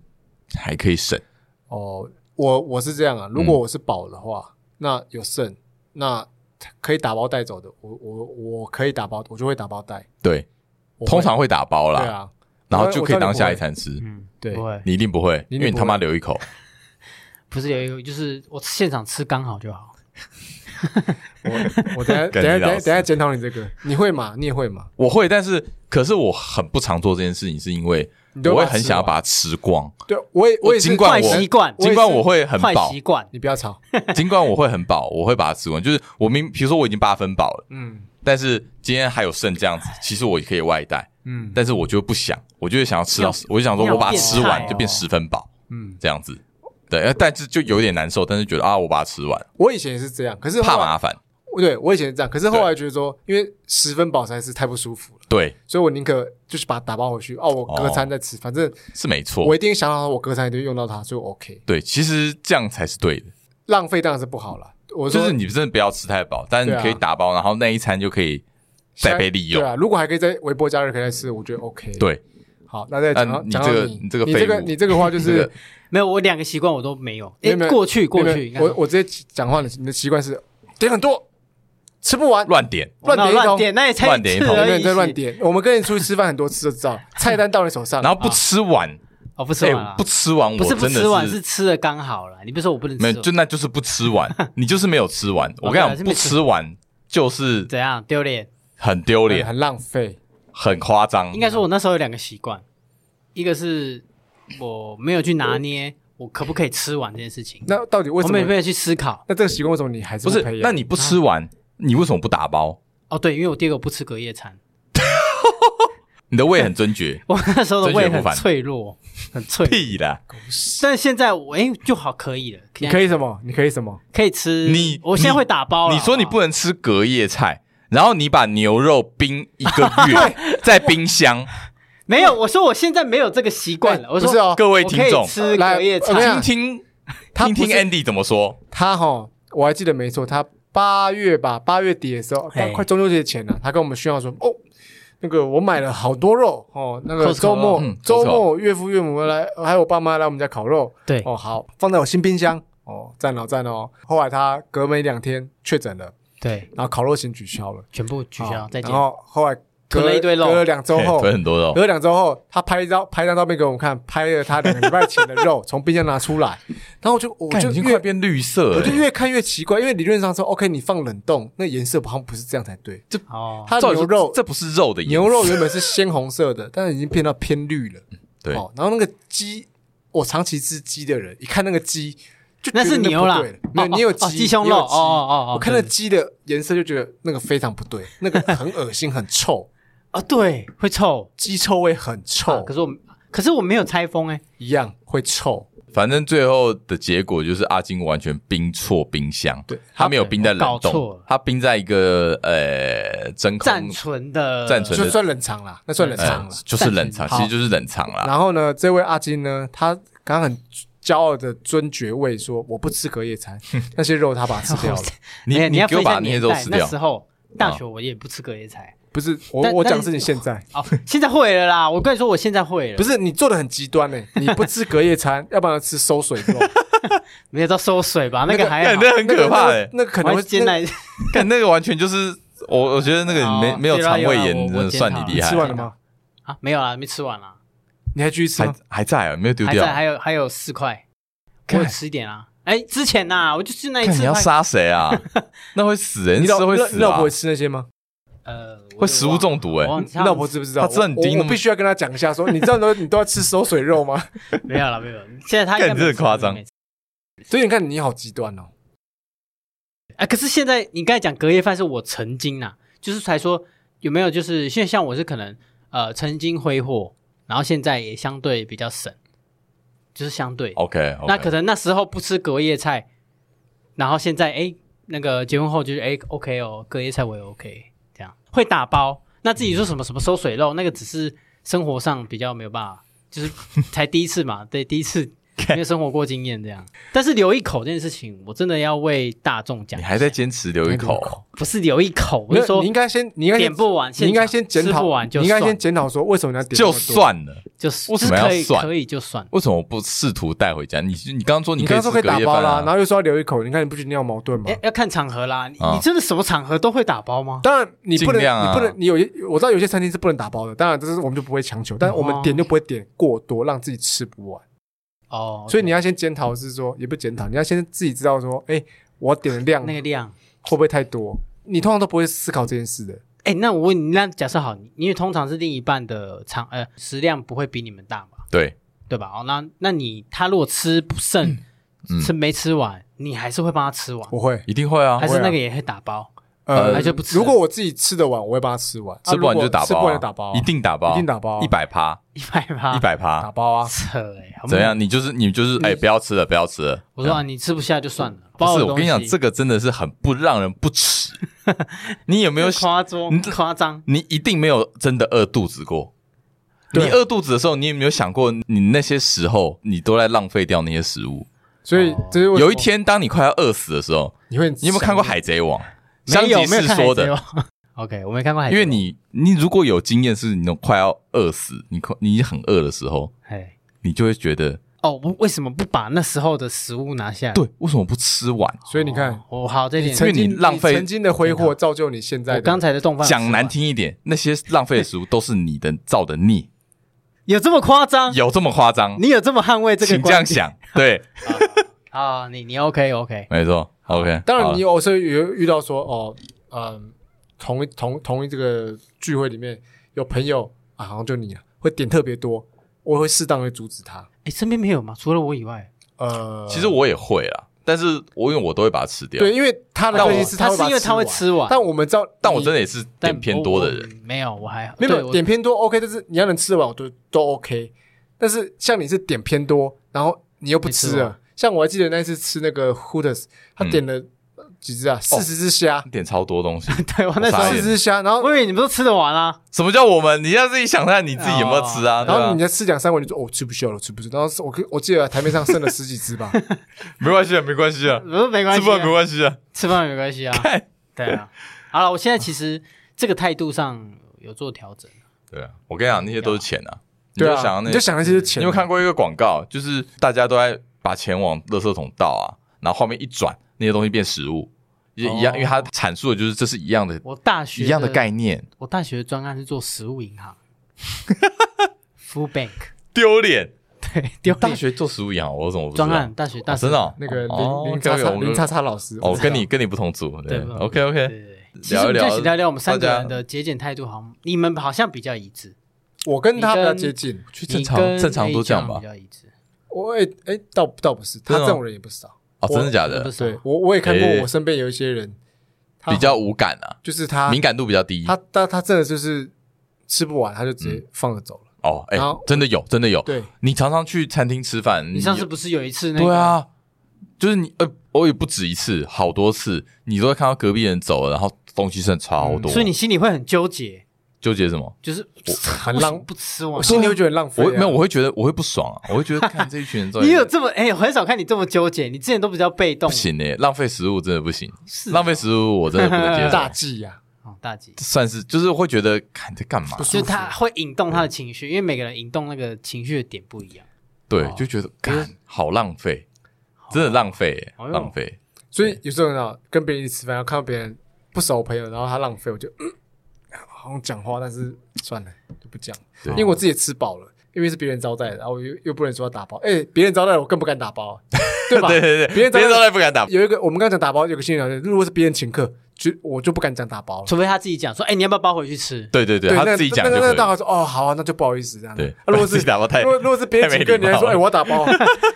还可以省。
哦，我我是这样
嗯
啊，如果我是饱的话，那有剩，那可以打包带走的，我我我可以打包，我就会打包带。
对，
我会
通常会打包
对
啦，
啊，
然后就可以当下一
次。
餐吃。
嗯，
对啊
不会，
你一定不会，
你
因
一定
为你
不
他
会
妈留一口。
不是有一个就是我现场吃刚好就好，
我 我 等下
干
等下
你老
等下
师
等下检讨你这个，你会嘛？你也会嘛？
我会，但是可是我很不常做这件事情，是因为
你都
我
会
会
把它
很
吃
想要
完
把它吃光。
对，我也我也
尽
是
管
坏
我
习惯，
我也
尽管
是
我会很
坏
饱
习，惯，
你不要吵，
尽管我会很饱，我会把它吃完。就是我明，比如说我已经八分饱了，
嗯
但是今天还有剩这样子，其实我也可以外带，
嗯
但是我就不想，我就会想要吃到，我就想说
你好
我把它吃
变态
完
哦
就变十分饱
嗯，
这样子。对，呃但是就有点难受，但是觉得啊，我把它吃完，
我以前也是这样，可是
怕
后啊来
麻烦。
对我以前是这样，可是后来觉得说，因为十分饱实在是太不舒服了，
对，
所以我宁可就是把它打包回去，哦，我隔餐再吃，反正
是没错
我。一定想好我隔餐一定用到它，所以我 OK。
对，其实这样才是对的，
浪费当然是不好了。我说
就是你真的不要吃太饱，但是你
对啊
可以打包，然后那一餐就可以再被利用
对。啊，如果还可以在微波加热可以再吃，我觉得 OK。，
对，啊
好，那再讲到
但你
讲到
这个
你
你这个
你
废
这个
物
你这个话 就
你这
是
个
没有我两个习惯我都没有，
没
哎
有没，有
过去过
没有
去，应该
我我直接讲话，你的习惯是点很多，吃不完，
乱点，
乱点一
乱
通
点，那也才
乱点一
次
通
有
而
没有
已。
人在乱点？我们跟你出去吃饭很多次就知 道，菜单到你手上，
然后不吃完，
哦，不吃
哎、
完啊
不吃完我
不是
真
不
的
吃完，是吃的刚好了。你不是说我不能吃哦
没
完，
有，就那就是不吃完， 你就是没有吃完。我跟你
对啊
讲，
是
不
没吃
吃完就是
怎样丢脸？
很丢
啊很
脸，
很浪费。
很夸张。
啊应该说，我那时候有两个习惯，一个是我没有去拿捏我可不可以吃完这件事情，
那到底为
我
什
没有没
么？
有去思考。
那这个习惯为什么你还是
不是
培？
那
养？
你
啊
不吃完，你为什么不打包？
哦，对，因为我第二个不吃隔夜餐，
你
，
的胃很尊爵
我那时候的
真
胃
觉得
很
不凡
脆弱，很脆。
屁啦！
但现在我哎、就好可以了，
你可以什么？你可以什么？
可以吃。
你
我现在会打包了。
你说你
好好
不能吃隔夜菜，然后你把牛肉冰一个 月在冰箱，
没有？我说我现在没有这个习惯了。我说
不是哦
各
我
位
可
听
以
众，
吃
来
隔夜
我跟你
菜
讲
听听
他
听
不
听
是
Andy 怎么说。
他哈，我还记得没错，他八月吧，八月底的时候，
嘿
快中秋节前了、他跟我们炫耀说，哦，那个我买了好多肉哦，那个
Costco
周末、
嗯
周
Costco
末岳父岳母来，还有我爸妈来我们家烤肉，
对
哦好，放在我新冰箱，哦赞哦赞哦。后来他隔没两天确诊了，
对，
然后烤肉行取消了，
全部取消，
哦
再见
然。后后来隔
囤了一堆肉
隔了两周 后，
腿很多肉
隔，了两周后，他拍一张拍一张照片给我们看，拍了他两个礼拜前的肉 从冰箱拿出来，然后我就我
干
就
已经快
越
变绿色
我
了。
就
欸
越看越奇怪，因为理论上说，OK，你放冷冻，那颜色好像不是这样才对。
哦，
它
照理
牛
说
肉
这不是肉的颜色
牛肉原本是鲜红色的，但是已经变到偏绿了。
对，
哦，然后那个鸡，我长期吃鸡的人，一看那个鸡就
那是牛啦
了，没有
哦
你有
哦
鸡，
鸡胸
你
肉，
有
哦
鸡
哦哦，
我看那
对
鸡的颜色就觉得那个非常不对，那个很恶心，很臭，
啊，对，会臭，
鸡臭味很
啊
臭
可，是我可是我没有拆封哎，
一样会臭。
反正最后的结果就是阿金完全冰错冰箱，
对
他没有冰在冷
搞错
冻
了，
他冰在一个呃真空
暂，存的
暂存
就
的
算冷藏啦，那算冷藏
呃
了。
就是冷藏，
好
其实就是冷藏啦。
然后呢，这位阿金呢，他刚刚很骄傲的尊爵位说：“我不吃隔夜餐，那些肉他把它吃掉了。
你
没有你要
给我
分一下
把那些
年
肉
代
吃
那
掉哦
时，候大学我也不吃隔夜菜，”
不是我，
但
我
但
讲的是你现在，
哦，现在会了啦，我 跟你说，我现在会了，
不是你做的很极端呢、你不吃隔夜餐，要不然吃馊水肉，
没有到收水吧？那
那
个
个
还
干
好，
那很可怕哎，
那个可
我
能
还
会
煎奶，
干那个完全就是我我觉得那个你没
哦
没有肠胃
有啦
炎，
我
真的
我
算你
检讨
厉
那
害
吃。完了吗？
啊，没有啦，没吃完啦，
你还继续吃
还
吗？
还在啊，没有丢
还
掉
在，。还有还有四块，我
干
有吃一点啊。哎，之前呐，我就吃那一
看
次
你要
快，
杀谁啊？那会死人，
你
吃
老
会
你老
死
你老
啊
婆，会吃那些吗？
呃，我
会食物中毒哎
我。忘记
你老婆知不知道？
她知道你
我
盯那
我
么
必须要跟她讲一 下说你知道都你都要吃馊水肉吗？
没有了，没有了。现在他应该
干你这个
没吃
夸张
没吃
所以你看你好极端哦，
啊！可是现在你刚才讲隔夜饭是我曾经啊，就是才说有没有就是现在像我是可能呃曾经挥霍，然后现在也相对比较省，就是相对。
哦 OK，
那可能那时候不吃隔夜菜，然后现在哎那个结婚后就是哎 OK 哦，隔夜菜我也 OK，这样会打包。那自己说
嗯
什么什么收水肉，那个只是生活上比较没有办法，就是才第一次 嘛，对，第一次没有生活过经验这样。但是留一口这件事情，我真的要为大众讲
你
一下，
还在坚持留一
留一
口，
不是留一口，我
没
是
有，
说
你应该先，你应该先
点不完，
你应该先检
现场吃
讨
不完，就
你应该
算
先检讨说为什么你要点这
就
么多
算了。
就
为什么要
就是可以
算哦
可以就算，
为什么不试图带回家？你你刚刚说
你
可
刚
以
刚说
吃
可以
隔
打
夜
包
饭
啦，然
啊，
后又说要留一口，你看你不觉得你有矛盾吗
要？要看场合啦。你
啊
你真的什么场合都会打包吗？
当然你不能，
尽量啊
你不能，你有些我知道有些餐厅是不能打包的，当然这是我们就不会强求，但我们
哦
点就不会点过多，让自己吃不完。
哦，
所以你要先检讨，是说也不是检讨，你要先自己知道说，哎，我点的量
那个
会
量。
不会太多？你通常都不会思考这件事的，
哎、那我问你，那假设好，因为通常是另一半的长呃食量不会比你们大嘛，
对，
对吧？哦，那那你他如果吃不剩，
嗯
吃没吃完，你还是会帮他吃完，
我会。
一定会啊
还。是
会啊
那个也会打包？
呃，
那就不吃
如果我自己吃得完，我会把它吃完；
吃不完
啊
就
如果
打
吃
包啊，
不完就打包啊，
一定打包，
一定打包啊
一百趴，
一百八，
一百
打
趴，
包啊。
扯哎、好
怎？样？你就是你就是哎，不要吃了，不要吃了。
我说啊，你吃不下就算了，包
不是，
的
我跟你讲，
东西
这个真的是很不让人不齿。 你有没有？
夸张
你这
夸张，
你一定没有真的饿肚子过。你
对
饿肚子的时候，你有没有想过，你那些时候你都在浪费掉那些食物？
所以
哦
这是为什么
有一天，当你快要饿死的时候，
你会，
你有没有看过《海贼王》？
没有
香吉
没有
士说
看海
的
贼，王 OK，我没看过海
因
贼
为
王，
你你如果有经验，是你那种快要饿死，你快你很饿的时候，
哎
你就会觉得，
哦，我为什么不把那时候的食物拿下来？
对，为什么不吃完？
所以你看
哦，，我好这一
你
点，
曾经
因为你浪费
曾经的挥霍，造就你现在
我
的。
刚才的动饭
讲难
听。
听一点，那些浪费的食物都是你的造的孽，
有这么夸张？
有这么夸张？
你有这么捍卫这个
请这
观
样
点
想，对，
啊？你你 OK OK？
没错，OK。
当然，你有时候有遇到说哦，嗯，同一同同一这个聚会里面有朋友啊，好像就你啊，会点特别多，我会适当的阻止他。
哎，身边没有吗？除了我以外，
呃，
其实我也会啦，但是我因为我都会把它吃掉，
对，因为他的
但我
个性是
他
会
是
把它
因为他会
吃
吃完
完，，但我们知道，
但我真
的
的也是
但
点偏多的人，
我。我没有，我还好。
没
对
有
我
点偏多 OK，但是你要能吃得完，我都都 OK。但是像你是点偏多，然后你又不
没吃
吃
完
了，像我还记得那一次吃那个 Hooters，他
嗯
点了。几只啊，四十只虾，
点超多东西。
对我那时
我
候
傻
四
眼
十只虾，然后
我以为你们都吃得完啊，
什么叫我们？你要自己想看你自己有没有吃 啊？对
然后
吧
你？再吃两三碗，你就哦吃不下了，吃不下。然后是我我记得台面上剩了十几只吧，
没关系啊，没关系啊
我，说没关
吃
系、
饭没
啊，
关系啊。
吃饭没关系啊。
看
对啊，好了，我现在其实这个态度上有做调整。
对啊，我跟你讲，那些都是钱啊。 你
对
就
啊，
想要那
你就想那些钱，
你有没有看过一个广告，就是大家都在把钱往垃圾桶倒啊，然后画面一转，那些东西变食物，也一样，
哦
因为它阐述的就是这是一样的，
我大学
一样的概念，
我大学的专案是做食物银 行，Food Bank，
丢脸。
对，丢
大
脸
学做食物一样，我怎么不知道
专案，大学大
哦
学
真的哦
那个
哦
林林
OK，OK，
叉叉
我们
林叉叉老师？
哦，
我
跟你跟你不同组，对
对不同组
，OK
对
OK，
对对。其实
聊
我
一
们
聊
这样聊聊我们三个
大家
人的节俭态度，好像你们好像比较一致，
我跟他比较
你
接
跟
近，
去正
你
常
跟
正常都这样
A
吧
酱比，较一致，
我哎哎倒倒不是，他
真的吗
这种人也不少。
哦，真的假
不
的？
是
对我我也看
诶
过，我身边有一些人他
比较无感啊，
就是他
敏感度比较低
他他他真的就是吃不完，他就直接放着走了。
哦，哎
然后，
真的有，真的有。
对，
你常常去餐厅吃饭，
你上次不是有一次那个？
对，啊，就是你呃，我也不止一次，好多次，你都会看到隔壁人走了，然后东西剩超多，
所以你心里会很纠结，
纠结什么？
就是
很
为什么
浪
不吃完
我。心里会觉得很浪费
啊我
啊。
会没有，我会觉得我会不爽啊，我会觉得看这一群人在
你有这么哎，我很少看你这么纠结，你之前都比较被动。
不行哎，浪费食物真的不行，
是啊
浪费食物我真的不能接
大
受，
忌啊呀，
哦，大忌，
算是就是会觉得看你在干嘛
不，
就是
舒服
他会引动他的情绪，因为每个人引动那个情绪的点不一样。
对
哦，
就觉得干好浪费，真的浪费欸
哎呦
浪费，
所以有时候很好跟别人一起吃饭，然后看到别人不熟的朋友，然后他浪费，我就、嗯、好像讲话，但是算了，就不讲，
对
因为我自己也吃饱了。因为是别人招待的，然后我又又不能说要打包，哎、别人招待我更不敢打包，啊对 吧？
对对对，
别人招
别人都
待
在不敢打，
有一个，我们刚刚讲打包，有个心理条件，如果是别人请客，就我就不敢讲打包了。
除非他自己讲说，哎，你要不要包回去吃？
对对对，
对，
他
那
自己讲就
那那
可
那
以
大，伙说哦，好啊，那就不好意思这样。
对
啊如 果
自
是
己打包太
如果如果是别人
太没
请客，你
礼貌
还说
了
哎、我打 包，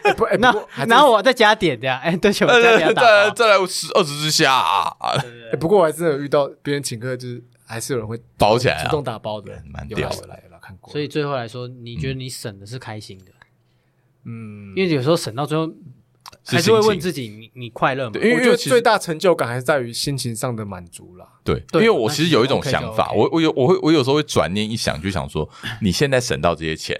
哎不哎、
那
不过还真
然后我再加点这样，哎，对不起，我加
再
点打
再
包。
再来十二十只虾啊，啊
哎不过我还真的有遇到别人请客，就是还是有人会
包起来啊
主动打包的，
蛮
有
屌
啦
的
有啦有啦，看过。
所以最后来说，你觉得你省的是开心的，
嗯，
因为有时候省到最后
是
还是会
心情
问自己，你你快乐吗？
对因为
我觉得
其实
最大成就感还是在于心情上的满足啦。
对，因
对
为我
那
其实
就
有一种
OK
想
就
法，
OK
我我有我会我有时候会转念一想，就想说，你现在省到这些钱，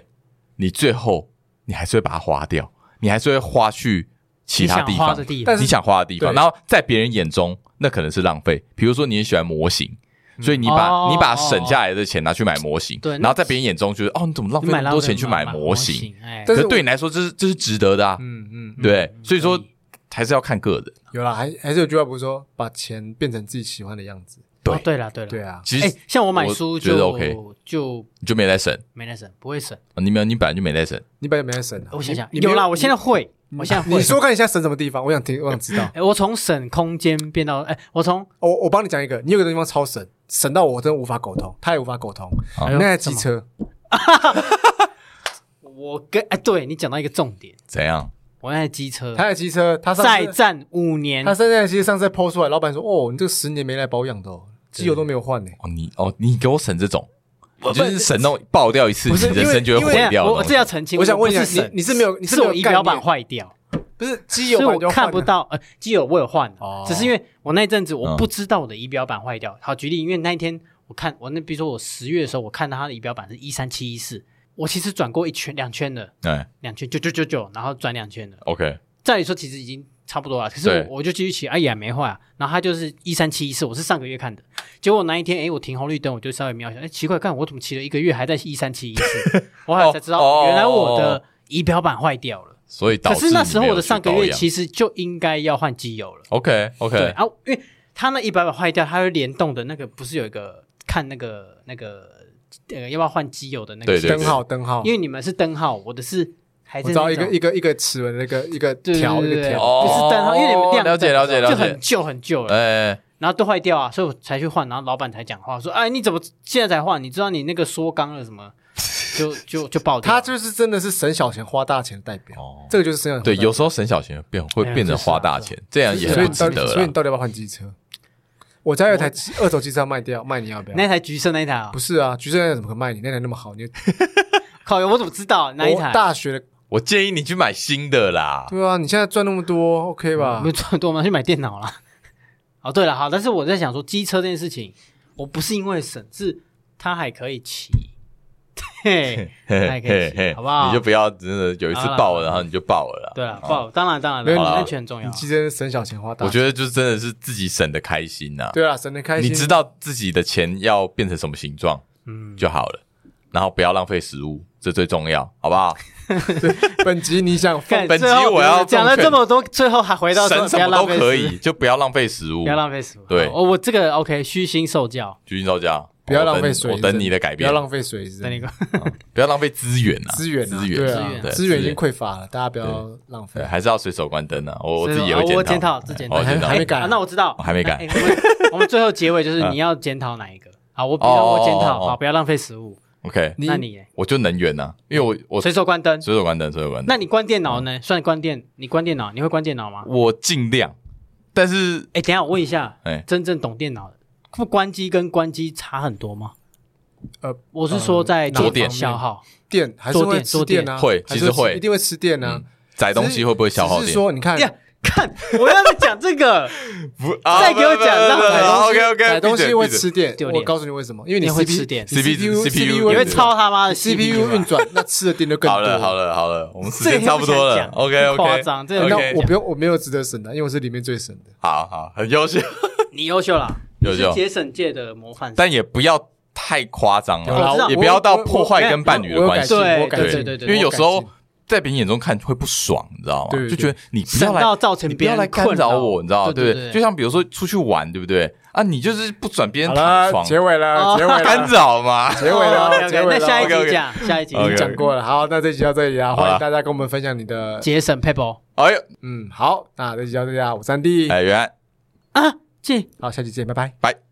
你最后你还是会把它花掉，你还是会花去其
你
他
想
地
花
方
的，地
但
方
是，
你想花的地方，
对
然后在别人眼中那可能是浪费。比如说你也喜欢模型。所以你把、
哦
你把省下来的钱拿去买模型，
对那
然后在别人眼中觉得哦，你怎么浪
你
费那
买
么
了
多钱去买模
模
型？，
哎，
但
可
是
是对
我
你来说，这是这是值得的啊，
嗯嗯，嗯
对。所以说
可以
还是要看个人。
有啦，还还是有句话不是说把钱变成自己喜欢的样子？
对
哦对了对了，
对啊，
其实
哎，像我买书
觉得 OK
就就
你就没在省，
没得省，不会省。
你没有，你本来就没在省。
你本来没在省啊。
我想想，
你你没
有啦，我现在会，我现在会。
你说看你现在省什么地方？我想听，我想知 道。
哎，我从省空间变到哎，我从
我我帮你讲一个，你有个地方超省，省到我真的无法沟通，他也无法沟通。
好
那台机
哎
车，
我跟哎，对你讲到一个重点，
怎样？
我那台机车
他的机车，他上
再
次
战五年
他，现在其实上次抛出来，老板说：“哦，你这个十年没来保养的，哦，机油都没有换呢。
哦，你哦，你给我省这种，你就是省那种爆掉一次，
不
你
是
人生就
因
会
为
毁
等一下
掉的
我
东
我
西。
这要澄清，
我想问一下
不是省
你你是没有你是
是
没有
我仪
概
表板
念
坏掉，”
不是机油
所以
版
我
就要换
看
了
不到，呃，机油我有换
哦，
只是因为我那一阵子我
嗯
不知道我的仪表板坏掉。好，举例，因为那一天我看我那，比如说我十月的时候，我看到它的仪表板是一三七一四，我其实转过一圈两圈的，
哎
两圈九九九九，然后转两圈的。
，OK，
照理说其实已经差不多了，可是
对
我我就继续骑，哎、也没坏啊。然后它就是一三七一四，我是上个月看的，结果那一天，哎，我停红绿灯，我就稍微瞄一下，哎，奇怪，看我怎么骑了一个月还在一三七一 四，我后来才知
哦
道
哦
原来我的仪表板坏掉了。
所以导
可
致
是那时候我的上个月
期
其实就应该要换机油了，
，OK
对
OK，
啊，因为它那仪表板坏掉，它会联动的那个不是有一个看那个那个呃要不要换机油的那个
对对
系
对
统，
灯号灯号
因，为你们是灯号，我的是还
我
是
知道
那
一个
种
一个一个齿轮的一个一个
对对
条一
对
个
对对
条。
哦
不是灯号，因为你们亮灯
了解了解了解
就很旧很旧了，
哎，
然后都坏掉啊，所以我才去换，然后老板才讲话说，哎，你怎么现在才换？你知道你那个缩缸了什么？就就就爆掉
他
了，
就是真的是省小钱花大钱的代表，
哦，
这个就是省小钱
对，
的代表
有时候省小钱变会
哎呀
变成
这是啊啊
花大钱，这样也
所
很
以
不
你到
值
底
得
所以你
了。
到底要不要换机车？我家有一台机二手机车要卖掉，卖你要不
那
要？
台橘色那一台啊
不，是啊，橘色那台怎么可能卖你？那台那么好，你
靠，我怎么知道哪一台
我？大学的
我建议你去买新的啦，
对啊，你现在赚那么多，OK 吧
没有？赚多吗？去买电脑啦。哦，对了，好，但是我在想说，机车这件事情，我不是因为省，是它还可以骑， 对，它还可以骑，好不好？
你就不要真的有一次
好啦
爆了，然后你就爆了啦。
对啊了，不，当然当然，
没有
当然
你
安全很重要啊
你。其实省小钱花大钱。
我觉得就是真的是自己省的开心呐、
对啊，省得开
你
心。
知道自己的钱要变成什么形状，嗯，就好了。然后不要浪费食物，这最重要，好不好？
本集你想放
干
本集
最后
我要奉劝
讲了这么多，最后还回到说
省
不
什
要
么
浪
都可
费食物
以，就不要浪费食物
不。要浪费食物。
对
哦，我这个 OK，虚心受教。
举例招架，
不要
我等
浪费水，
我等你的改
不
变
要。浪费水，
那你个
不要浪费资源啊，
资源啊
资源，
对
资源
啊，
对
资源已经匮乏了，大家不要浪费
对，。还是要随手关灯啊。我我
所以
自己也
说
会
哦我
检
讨，
讨，
这
哎
检
我
还
检讨
还没改
啊那我知道，
我还没改嗯
那哎我们我们最后结尾就是你要检讨哪一个？好，我比如说我检
哦哦哦
讨，
哦
好，不要浪费食物。
OK，
你
那你耶
我就能源呐，因为我我
随手关灯。
随手关灯，随手关灯。
那你关电脑呢？算关电，你关电脑，你会关电脑吗？
我尽量，但是
哎，等一下我问一下
哎，
真正懂电脑的，不关机跟关机差很多吗？
呃，
我是说在
呃
桌电
消耗，
电还是
桌
会
电
吃
桌电
电啊，
会
还
其
是
实会
吃一定会吃电啊。
载东西会不会消耗
只是
电？
说哎你看
呀，看 我要是讲这个，
不，
再给我讲到买东
东西
OK OK，
买东西会吃电
丢，脸
我告诉你为什么，因为你
你
CPU
会吃电
你
CPU
CPU
你
你
会对
会超他妈的
CPU 运转，那吃的电就更多。
好了好
了，
了好了，我们时
这
间
个
差不多
不
了
想。讲
OK
很
OK，
夸张这个
那
OK，
我不用，我没有值得省的，因为我是里面最省的。
好好，很优秀，
你优秀啦，
优秀
你是节省界的模范生。
但也不要太夸张
有啦
了，
我
也不要到
我
破坏跟伴侣
我
的
有
关系
改。进
对
我改
对
进
对对
因为
我
有
改
时候
进
在别人眼中看会不爽，你知道吗
对？对
就觉得你不要
省
来
到造成
你不
别
要
人
来
困
干扰
扰
我，你知道吗？
对
对
对对
就像比如说出去玩，对不对？啊，你就是不转别人
好
躺
啦，
床，
结尾了，
哦
结尾
干
了，
扰嘛。
结尾
哦
了，
，OK，OK，
结尾
那下一
了。
集
OK，OK
讲，下一集
已经
OK
讲过了，好，啊那这集到这里啦，欢
好
迎
啦
大家跟我们分享你的，
节省 paper
哎呦，
嗯，好，那这集到这里啦，我三弟，
哎，原来。
啊，这。
好，下期见，拜拜。
拜。